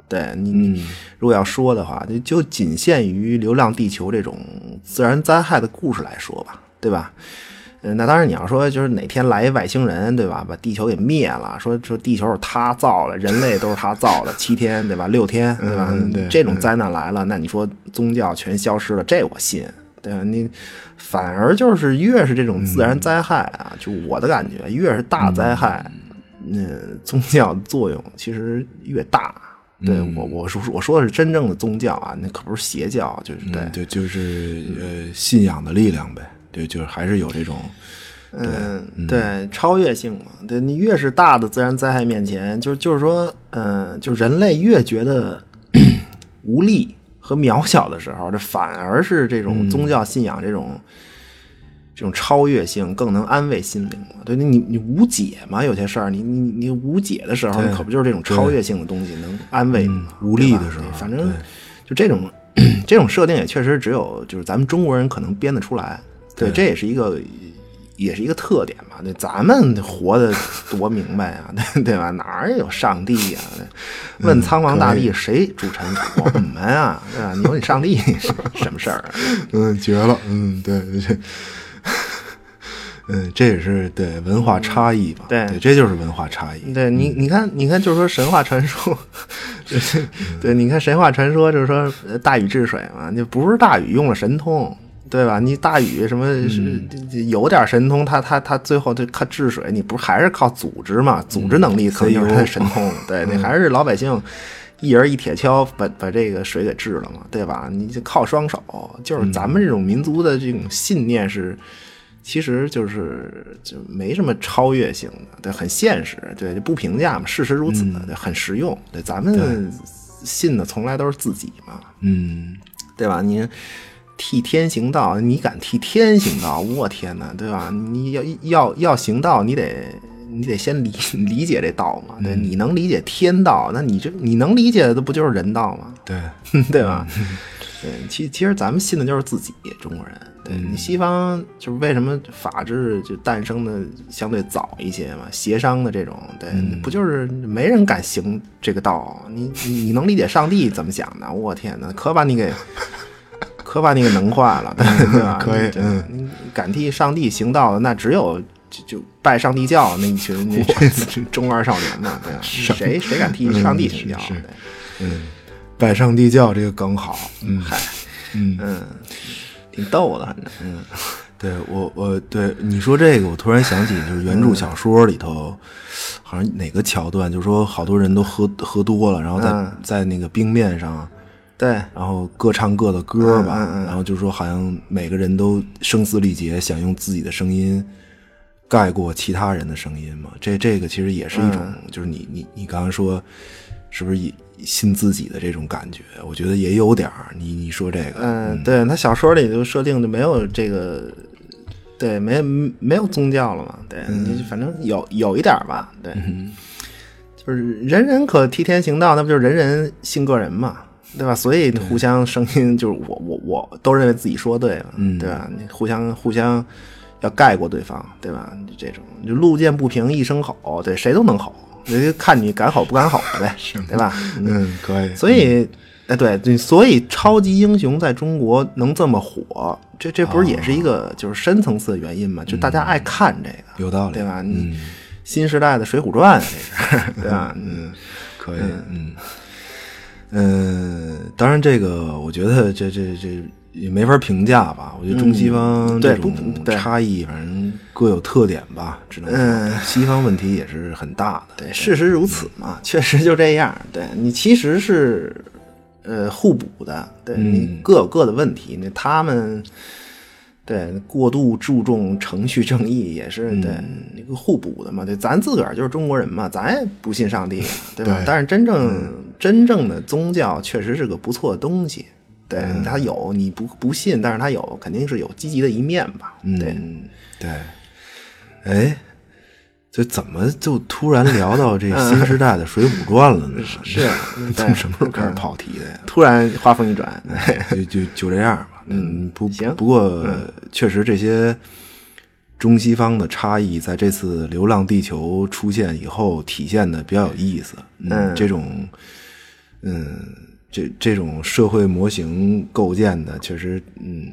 [SPEAKER 3] 对你，你如果要说的话，就就仅限于《流浪地球》这种自然灾害的故事来说吧，对吧？嗯，那当然，你要说就是哪天来一外星人，对吧？把地球给灭了，说说地球是他造的，人类都是他造的，七天对吧？六天对吧？嗯
[SPEAKER 4] 对
[SPEAKER 3] 这种灾难来了，那你说宗教全消失了，这我信，对吧？你反而就是越是这种自然灾害啊，就我的感觉，越是大灾害，嗯，宗教的作用其实越大。对、我我说我说的是真正的宗教啊，那可不是邪教，就是对。
[SPEAKER 4] 对，嗯就是呃信仰的力量呗，对，就是还是有这种。
[SPEAKER 3] 嗯，对，超越性嘛，对你越是大的自然灾害面前，就就是说，嗯、就人类越觉得无力和渺小的时候，这反而是这种宗教信仰这种、这种超越性更能安慰心灵嘛。对你，你你无解嘛，有些事儿，你你你无解的时候，
[SPEAKER 4] 对
[SPEAKER 3] 你可不就是这种超越性的东西能安慰你嘛、
[SPEAKER 4] 嗯无力
[SPEAKER 3] 对吧
[SPEAKER 4] 的时候
[SPEAKER 3] 对反正就这种这种设定也确实只有就是咱们中国人可能编得出来，对，这也是一个也是一个特点嘛。对，咱们活得多明白啊， <laughs> 对对吧？哪儿有上帝呀、对问苍茫大地谁主臣？我们啊，对吧？你说你上帝 <laughs> 什么事儿啊？
[SPEAKER 4] <laughs> 嗯，绝了，嗯，对，这， <laughs> 嗯，这也是对文化差异吧，
[SPEAKER 3] 嗯对嗯
[SPEAKER 4] 这就是文化差异，
[SPEAKER 3] 对你，你看，你看，就是说神话传说，就是对，你看神话传说，就是说呃大禹治水嘛，就不是大禹用了神通，对吧？你大禹什么是有点神通，他他他最后就靠治水，你不是还是靠组织嘛？组织能力可能就是他的神通，对，你还是老百姓一人一铁锹把把这个水给治了嘛，对吧？你就靠双手，就是咱们这种民族的这种信念是。其实就是就没什么超越性的，对，很现实，对，就不评价嘛，事实如此，对，很实用，对，咱们信的从来都是自己嘛，
[SPEAKER 4] 嗯，
[SPEAKER 3] 对吧？你替天行道，你敢替天行道？我天哪，对吧？你要要要行道，你得你得先理 <laughs> 理解这道嘛，对，你能理解天道，那你这你能理解的不就是人道吗？
[SPEAKER 4] 对，
[SPEAKER 3] 对吧？ <laughs> 对，其其实咱们信的就是自己，中国人。对你西方就是为什么法治就诞生的相对早一些嘛，协商的这种，对，不就是没人敢行这个道？你你你能理解上帝怎么想的？我天哪，可把你给可把你给能坏了，对对吧？
[SPEAKER 4] 可以
[SPEAKER 3] 真的你你敢替上帝行道的，那只有就就拜上帝教那一群那中二少年嘛，对吧？谁谁敢替上帝行
[SPEAKER 4] 嗯是
[SPEAKER 3] 教？
[SPEAKER 4] 是嗯
[SPEAKER 3] 对。
[SPEAKER 4] 拜上帝教这个梗好，嗯，
[SPEAKER 3] 嗨，嗯，挺逗的，反正嗯
[SPEAKER 4] 对我我对你说这个，我突然想起就是原
[SPEAKER 3] 嗯
[SPEAKER 4] 著小说里头，好像哪个桥段，就说好多人都喝喝多了，然后在、
[SPEAKER 3] 嗯
[SPEAKER 4] 在那个冰面上，
[SPEAKER 3] 对，
[SPEAKER 4] 然后各唱各的歌吧，
[SPEAKER 3] 嗯嗯嗯
[SPEAKER 4] 然后就说好像每个人都声嘶力竭，想用自己的声音盖过其他人的声音嘛。这这个其实也是一种，
[SPEAKER 3] 嗯
[SPEAKER 4] 就是你你你刚刚说是不是也信自己的这种感觉？我觉得也有点儿。你你说这个，
[SPEAKER 3] 嗯，对他小说里就设定就没有这个，对，没没有宗教了嘛，对，你反正有有一点儿吧，对，就是人人可替天行道，那不就是人人信个人嘛，对吧？所以互相声音就是我我我都认为自己说对了，对吧？你互相互相要盖过对方，对吧？你这种你就路见不平一声吼，对，谁都能吼，就看你敢吼不敢吼 <laughs> 呗，对吧？嗯，
[SPEAKER 4] 嗯，可以。
[SPEAKER 3] 所以，哎，对对，所以超级英雄在中国能这么火，这这不是也是一个就是深层次的原因嘛？就大家爱看这个，
[SPEAKER 4] 哦嗯有道理，嗯
[SPEAKER 3] 对吧？你新时代的《水浒传》啊，这是 <laughs> 对吧？嗯，
[SPEAKER 4] 可以，嗯，嗯，当然这个我觉得这这这也没法评价吧。我觉得中西方
[SPEAKER 3] 嗯
[SPEAKER 4] 这
[SPEAKER 3] 对
[SPEAKER 4] 种
[SPEAKER 3] 不对
[SPEAKER 4] 差异，反正各有特点吧，只能说西方问题也是很大的。
[SPEAKER 3] 嗯对，事实如此嘛，确实就这样。对你其实是呃互补的，对
[SPEAKER 4] 嗯
[SPEAKER 3] 你各有各的问题，那他们。对，过度注重程序正义也是对
[SPEAKER 4] 嗯
[SPEAKER 3] 那个互补的嘛。对，咱自个儿就是中国人嘛，咱也不信上帝，啊对吧？
[SPEAKER 4] 对嗯
[SPEAKER 3] 但是真正、真正的宗教确实是个不错的东西，对，
[SPEAKER 4] 嗯
[SPEAKER 3] 它有你不不信，但是它有肯定是有积极的一面吧？对，
[SPEAKER 4] 嗯，对，哎。这怎么就突然聊到这
[SPEAKER 3] 嗯
[SPEAKER 4] 新时代的《水浒传》了
[SPEAKER 3] <laughs>
[SPEAKER 4] 呢？ <laughs> 是
[SPEAKER 3] 对嗯
[SPEAKER 4] 从什么时候开始跑题的呀？
[SPEAKER 3] 突然话锋一转，
[SPEAKER 4] 就就就这样吧。 <laughs> 嗯，不
[SPEAKER 3] <laughs> 行
[SPEAKER 4] 不过确实这些中西方的差异，在这次《流浪地球》出现以后，体现的比较有意思。嗯，
[SPEAKER 3] 嗯
[SPEAKER 4] 这种，嗯，这这种社会模型构建的，确实，嗯，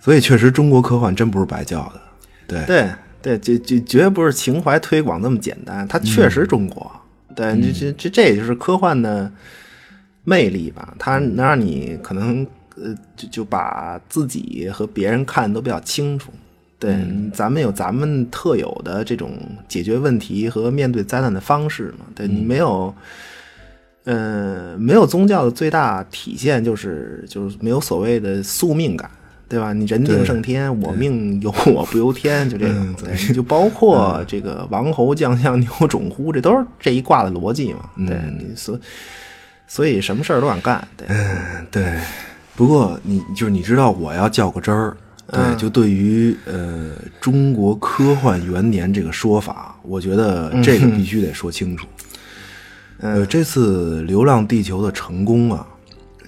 [SPEAKER 4] 所以确实中国科幻真不是白叫的。对，
[SPEAKER 3] 对对，绝绝绝不是情怀推广这么简单，它确
[SPEAKER 4] 嗯
[SPEAKER 3] 实中国。对，这这这这也就是科幻的魅力吧，它能让你可能呃就就把自己和别人看得都比较清楚。对，咱们有咱们特有的这种解决问题和面对灾难的方式嘛。对你没有。呃，没有宗教的最大体现就是就是没有所谓的宿命感，对吧？你人定胜天，我命由我不由天，就这种。对，嗯就包括这个王侯将相牛种乎，这都是这一卦的逻辑嘛。对，你所所以什么事儿都敢干。对，
[SPEAKER 4] 对，不过你就是你知道我要较个真儿，对，就对于呃中国科幻元年这个说法，我觉得这个必须得说清楚。呃，这次《流浪地球》的成功啊，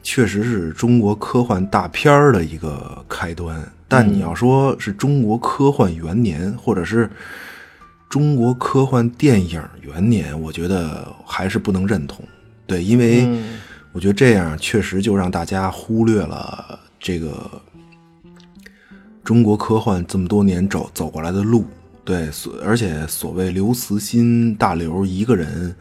[SPEAKER 4] 确实是中国科幻大片儿的一个开端。但你要说是中国科幻元年，或者是中国科幻电影元年，我觉得还是不能认同。对，因为我觉得这样确实就让大家忽略了这个中国科幻这么多年走走过来的路。对，所而且所谓刘慈欣大刘一个人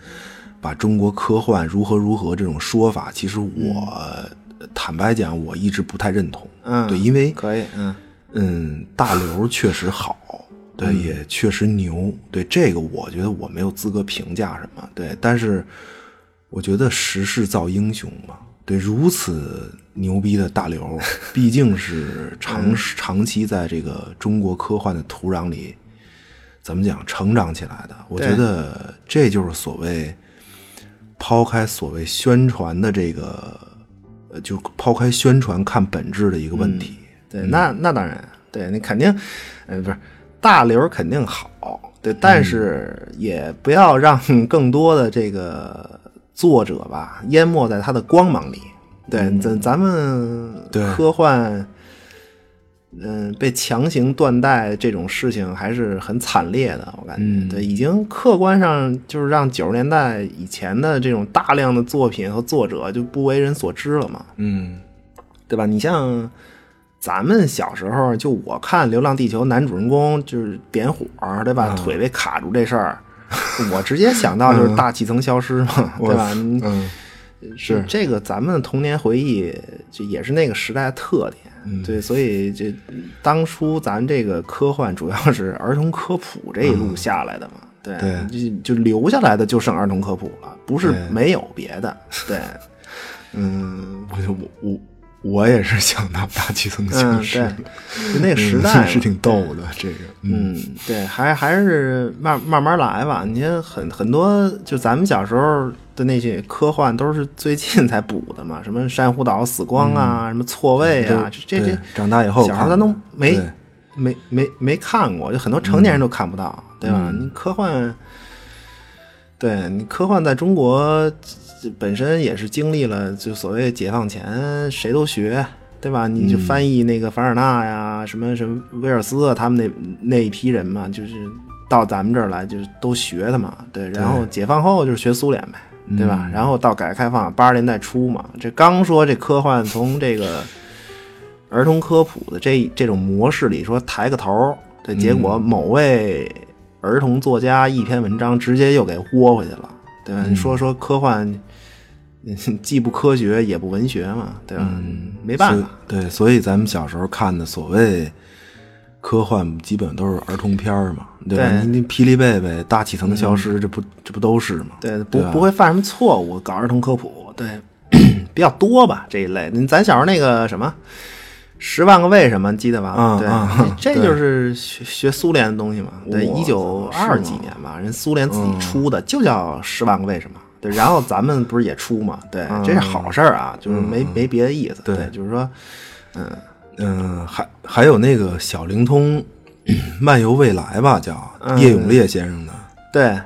[SPEAKER 4] 把中国科幻如何如何这种说法，其实我、呃坦白讲，我一直不太认同。
[SPEAKER 3] 嗯
[SPEAKER 4] 对，因为
[SPEAKER 3] 可以，嗯
[SPEAKER 4] 嗯，大刘确实好，对，也确实牛，对这个我觉得我没有资格评价什么，对，但是我觉得时势造英雄嘛，对，如此牛逼的大 <laughs> 刘，毕竟是长长期在这个中国科幻的土壤里，怎么讲成长起来的，我
[SPEAKER 3] 对
[SPEAKER 4] 觉得这就是所谓抛开所谓宣传的这个，呃，就抛开宣传看本质的一个问题。
[SPEAKER 3] 对，那那当然，对你肯定，呃，不是大刘肯定好，对，但是也不要让更多的这个作者吧淹没在他的光芒里。对，咱咱们
[SPEAKER 4] 对
[SPEAKER 3] 科幻，嗯、被强行断代这种事情还是很惨烈的，我感觉。对，已经客观上就是让九十年代以前的这种大量的作品和作者就不为人所知了嘛。
[SPEAKER 4] 嗯
[SPEAKER 3] 对吧？你像咱们小时候，就我看《流浪地球》，男主人公就是点火，对
[SPEAKER 4] 嗯
[SPEAKER 3] 吧？腿被卡住这事儿，我直接想到就是大气层消失嘛，对吧？你
[SPEAKER 4] 嗯，
[SPEAKER 3] 是这个咱们的童年回忆，这也是那个时代的特点。
[SPEAKER 4] 嗯
[SPEAKER 3] 对，所以这当初咱这个科幻主要是儿童科普这一路
[SPEAKER 4] 嗯
[SPEAKER 3] 下来的嘛。对，就就留下来的就剩儿童科普了，不是没有别的。
[SPEAKER 4] <laughs>
[SPEAKER 3] 对，
[SPEAKER 4] 嗯我就我我我也是想到大气层
[SPEAKER 3] 嗯，
[SPEAKER 4] 形式
[SPEAKER 3] 对，
[SPEAKER 4] 的，
[SPEAKER 3] 就那个时代嘛
[SPEAKER 4] 嗯是挺逗的这个，嗯
[SPEAKER 3] 嗯，对，还还是慢慢慢来吧。你看很很多，就咱们小时候的那些科幻都是最近才补的嘛，什么珊瑚岛死光啊，什么错位啊，这
[SPEAKER 4] 嗯
[SPEAKER 3] 这
[SPEAKER 4] 对
[SPEAKER 3] 这
[SPEAKER 4] 长大以后
[SPEAKER 3] 小孩
[SPEAKER 4] 看
[SPEAKER 3] 咱都
[SPEAKER 4] 的
[SPEAKER 3] 没
[SPEAKER 4] 对
[SPEAKER 3] 没没没看过，就很多成年人都看不到，对吧？你科幻，对你科幻在中国这本身也是经历了，就所谓解放前谁都学，对吧？你就翻译那个凡尔纳呀，什么什么威尔斯啊，他们那那一批人嘛，就是到咱们这儿来就是都学的嘛，对。然后解放后就是学苏联呗，对吧？然后到改革开放八十年代初嘛，这刚说这科幻从这个。儿童科普的这这种模式里说抬个头儿，对，结
[SPEAKER 4] 嗯
[SPEAKER 3] 果某位儿童作家一篇文章直接又给豁回去了，对
[SPEAKER 4] 嗯
[SPEAKER 3] 吧？你说说科幻，嗯既不科学也不文学嘛，对吧？
[SPEAKER 4] 嗯
[SPEAKER 3] 没办法，
[SPEAKER 4] 所以对，所以咱们小时候看的所谓科幻，基本都是儿童片儿嘛，对吧？
[SPEAKER 3] 对嗯
[SPEAKER 4] 你你霹雳贝贝、大气层消失，这不这不都是嘛？
[SPEAKER 3] 对，不
[SPEAKER 4] 吧
[SPEAKER 3] 不会犯什么错误，搞儿童科普，对， <clears throat> 比较多吧这一类。咱小时候那个什么。十万个为什么，记得吧？
[SPEAKER 4] 嗯
[SPEAKER 3] 对，
[SPEAKER 4] 嗯
[SPEAKER 3] 这这就是学学苏联的东西嘛。对，
[SPEAKER 4] 哇
[SPEAKER 3] 一九二几年吧，人苏联自
[SPEAKER 4] 嗯
[SPEAKER 3] 己出的，就叫《十万个为什么》。对，然后咱们不是也出嘛？对，这是好事儿啊，就是没没别的意思。
[SPEAKER 4] 嗯对
[SPEAKER 3] 对，就是说，
[SPEAKER 4] 嗯，还还有那个小灵通， <clears throat> 漫游未来吧，叫
[SPEAKER 3] 嗯
[SPEAKER 4] 叶永烈先生的，
[SPEAKER 3] 对，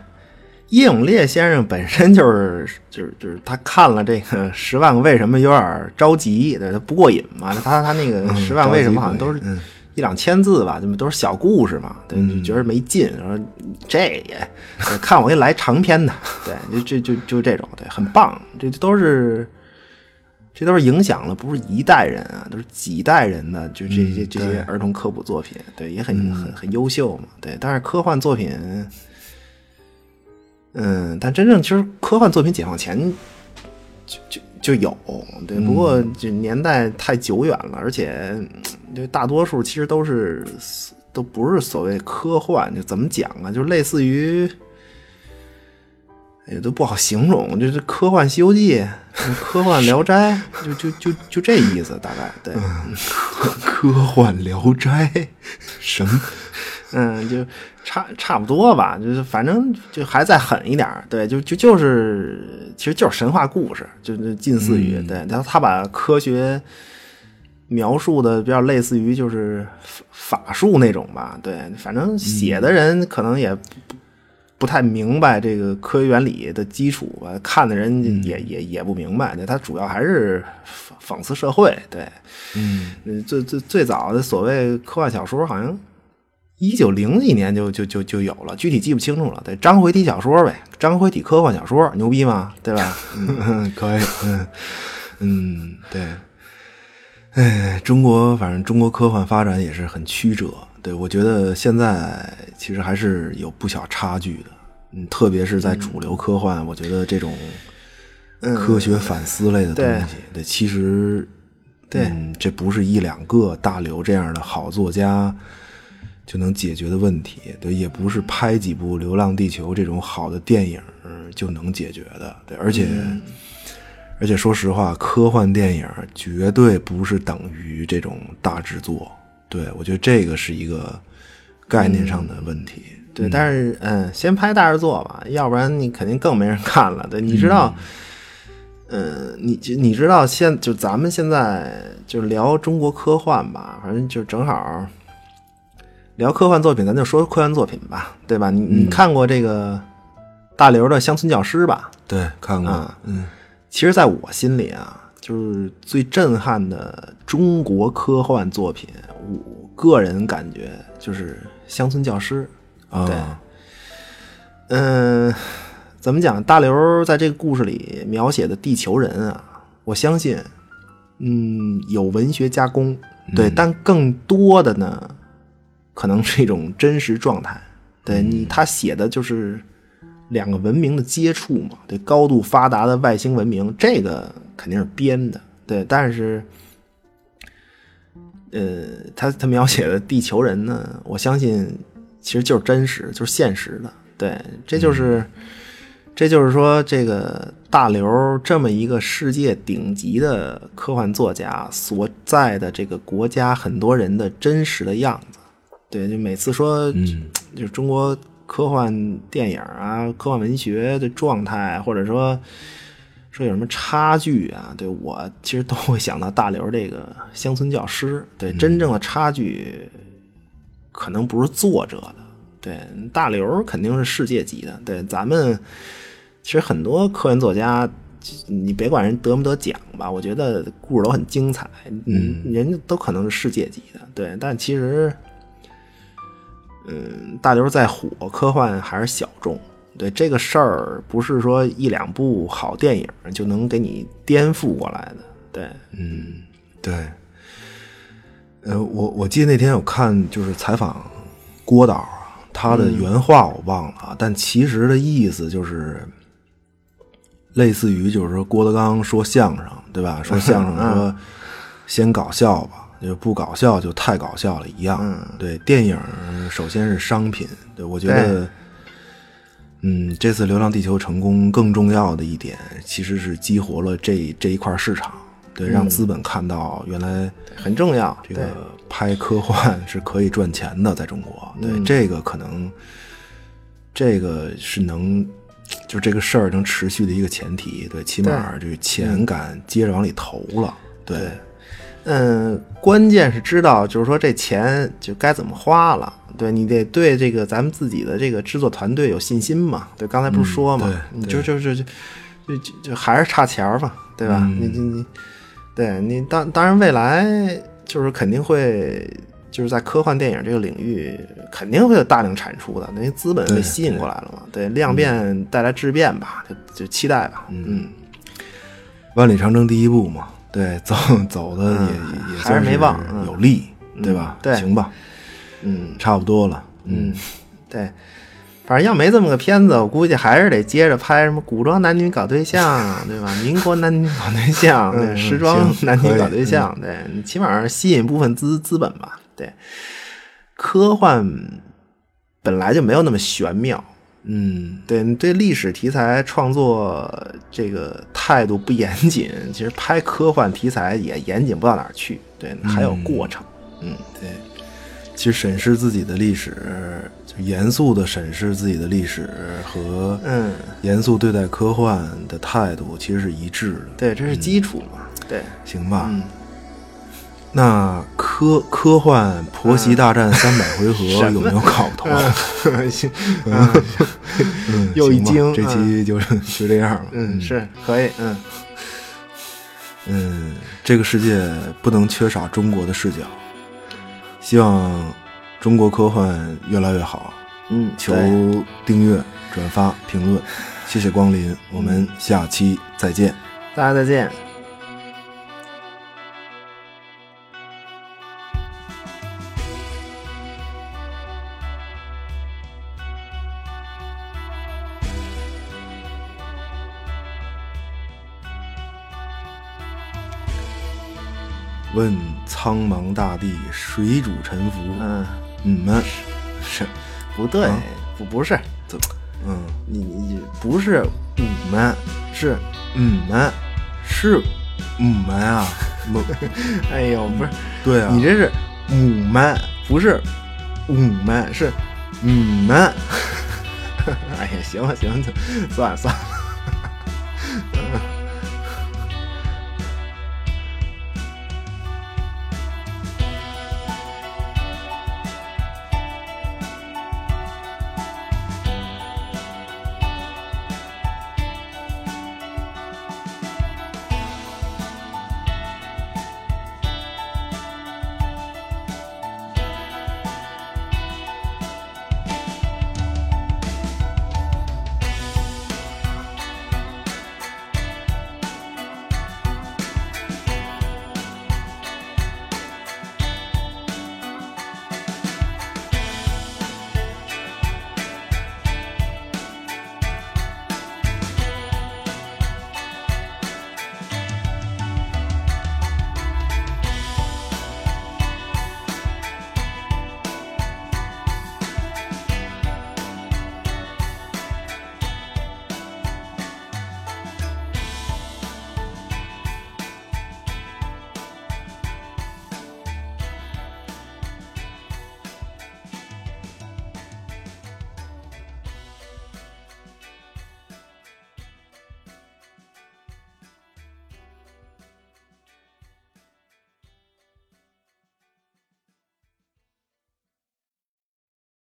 [SPEAKER 3] 叶永烈先生本身就是就是就是他看了这个《十万个为什么》有点着急，对他不过瘾嘛。他他那个《十万个为什么》好像都是一两千字吧，就都是小故事嘛，对，就觉得没劲，说这也对看我给来长篇的，对，就就就就这种，对，很棒，这这都是。这都是影响了不是一代人啊，都是几代人的，就这些这些儿童科普作品，对，也很很很优秀嘛，对。但是科幻作品，嗯，但真正其实科幻作品解放前就就就有，对，不过
[SPEAKER 4] 嗯
[SPEAKER 3] 这年代太久远了，而且嗯就大多数其实都是都不是所谓科幻，就怎么讲啊，就类似于。哎也都不好形容，就是科幻《西游记》、科幻《聊斋》，就就就就这意思，大概对，
[SPEAKER 4] <laughs> 科幻《聊斋》什么？
[SPEAKER 3] <laughs> 嗯，就差差不多吧，就是反正就还再狠一点儿，对，就就就是，其实就是神话故事，就就近似于、对，然后他把科学描述的比较类似于就是法法术那种吧，对，反正写的人可能也不不太明白这个科学原理的基础吧，看的人也、也也不明白，对，他主要还是讽讽刺社会，对，
[SPEAKER 4] 呃
[SPEAKER 3] 嗯，最最最早的所谓科幻小说好像。一九零几年就就就就有了，具体记不清楚了。对，章回体小说呗，章回体科幻小说，牛逼吗？对吧？
[SPEAKER 4] 嗯，可以，嗯嗯，对。哎，中国反正中国科幻发展也是很曲折，对我觉得现在其实还是有不小差距的，嗯，嗯特别是在主流
[SPEAKER 3] 嗯
[SPEAKER 4] 科幻，我觉得这种科学反思类的东西，对，其实
[SPEAKER 3] 对
[SPEAKER 4] 嗯，这不是一两个大刘这样的好作家就能解决的问题，对，也不是拍几部《流浪地球》这种好的电影儿就能解决的，对，而且、而且说实话，科幻电影儿绝对不是等于这种大制作，对我觉得这个是一个概念上的问题，
[SPEAKER 3] 对，但是嗯，先拍大制作吧，要不然你肯定更没人看了。对，你知道，嗯，你就你知道现就咱们现在就聊中国科幻吧，反正就正好聊科幻作品，咱就说科幻作品吧，对吧？你你看过这个大刘的《乡村教师》吧？
[SPEAKER 4] 对，看过，
[SPEAKER 3] 啊
[SPEAKER 4] 嗯，
[SPEAKER 3] 其实，在我心里啊，就是最震撼的中国科幻作品，我个人感觉就是《乡村教师》。
[SPEAKER 4] 啊、
[SPEAKER 3] 对嗯，怎么讲？大刘在这个故事里描写的地球人啊，我相信，嗯，有文学加工，对，但更多的呢，可能是一种真实状态。对你，他写的就是两个文明的接触嘛，对，高度发达的外星文明，这个肯定是编的，对，但是。呃，他他描写的地球人呢，我相信其实就是真实，就是现实的。对，这就是，这就是说，这个大刘这么一个世界顶级的科幻作家所在的这个国家，很多人的真实的样子。对，就每次说，就是中国科幻电影啊、科幻文学的状态，或者说说有什么差距啊？对我其实都会想到大刘这个乡村教师。对，真正的差距可能不是作者的，对，大刘肯定是世界级的。对，咱们其实很多科幻作家，你别管人得没得奖吧，我觉得故事都很精彩，嗯，人家都可能是世界级的。对，但其实。嗯，大刘在火，科幻还是小众。对这个事儿，不是说一两部好电影就能给你颠覆过来的。对，
[SPEAKER 4] 嗯对，呃，我我记得那天我看就是采访郭导啊，他的原话我忘了啊，但其实的意思就是，类似于就是说郭德纲说相声对吧？说相声说先搞笑吧，就不搞笑就太搞笑了一样。对，电影首先是商品，对我觉得。嗯，这次《流浪地球》成功更重要的一点，其实是激活了这这一块市场，对，让资本看到原来
[SPEAKER 3] 很重要。
[SPEAKER 4] 这
[SPEAKER 3] 嗯对
[SPEAKER 4] 个拍科幻是可以赚钱的，在中国，对、
[SPEAKER 3] 嗯
[SPEAKER 4] 这个可能，这个是能，就这个事儿能持续的一个前提，对，起码这个钱敢接着往里投了，对，
[SPEAKER 3] 嗯，关键是知道，就是说这钱就该怎么花了。对你得对这个咱们自己的这个制作团队有信心嘛。对，刚才不是说嘛，
[SPEAKER 4] 嗯
[SPEAKER 3] 你
[SPEAKER 4] 对
[SPEAKER 3] 就就就就就就就还是差钱儿嘛，对吧？你你
[SPEAKER 4] 嗯
[SPEAKER 3] 你，对你当当然未来就是肯定会。就是在科幻电影这个领域，肯定会有大量产出的，那些资本被吸引过来了嘛？对，
[SPEAKER 4] 嗯
[SPEAKER 3] 量变带来质变吧，就就期待吧。嗯，
[SPEAKER 4] 万里长征第一步嘛，对，走走的也、也
[SPEAKER 3] 还
[SPEAKER 4] 算
[SPEAKER 3] 是没忘嗯
[SPEAKER 4] 有力，对吧？
[SPEAKER 3] 对
[SPEAKER 4] 行吧，
[SPEAKER 3] 嗯，
[SPEAKER 4] 差不多了，嗯，
[SPEAKER 3] 对，反正要没这么个片子，我估计还是得接着拍什么古装男女搞对象，对吧？民国男女搞对象，对，
[SPEAKER 4] 嗯
[SPEAKER 3] 时装
[SPEAKER 4] 行
[SPEAKER 3] 男女
[SPEAKER 4] 可以嗯
[SPEAKER 3] 搞对象，对你起码吸引部分资资本吧。对，科幻本来就没有那么玄妙，
[SPEAKER 4] 嗯，
[SPEAKER 3] 对你对历史题材创作这个态度不严谨，其实拍科幻题材也严谨不到哪儿去。对，还有过程。
[SPEAKER 4] 嗯
[SPEAKER 3] 嗯
[SPEAKER 4] 对，其实审视自己的历史，就严肃的审视自己的历史和
[SPEAKER 3] 嗯
[SPEAKER 4] 严肃对待科幻的态度其实是一致的，
[SPEAKER 3] 对，这是基础嘛。对，嗯
[SPEAKER 4] 行吧？那科科幻婆媳大
[SPEAKER 3] 嗯
[SPEAKER 4] 战三百
[SPEAKER 3] <laughs>
[SPEAKER 4] 回合有没有搞头？
[SPEAKER 3] <laughs> 行，嗯
[SPEAKER 4] 嗯
[SPEAKER 3] <laughs> 又一
[SPEAKER 4] 行吧
[SPEAKER 3] 惊
[SPEAKER 4] 这期就是就这样了。
[SPEAKER 3] 嗯，是可以，嗯，
[SPEAKER 4] 嗯，这个世界不能缺少中国的视角，希望中国科幻越来越好。
[SPEAKER 3] 嗯，
[SPEAKER 4] 求
[SPEAKER 3] 对
[SPEAKER 4] 订阅、转发、评论，谢谢光临，我们下期再见。
[SPEAKER 3] 大家再见。
[SPEAKER 4] 问苍茫大地，谁主沉浮？
[SPEAKER 3] 嗯，
[SPEAKER 4] 你们
[SPEAKER 3] 是不对，不不是，
[SPEAKER 4] 怎么？嗯
[SPEAKER 3] 你你不是你们，是你们，是，
[SPEAKER 4] 你们
[SPEAKER 3] <laughs>
[SPEAKER 4] 啊，们
[SPEAKER 3] 哎呦，不是，
[SPEAKER 4] 对啊，
[SPEAKER 3] 你这是母们，不是我们，是你们。 <laughs> 哎呀，行了行了，算了算了。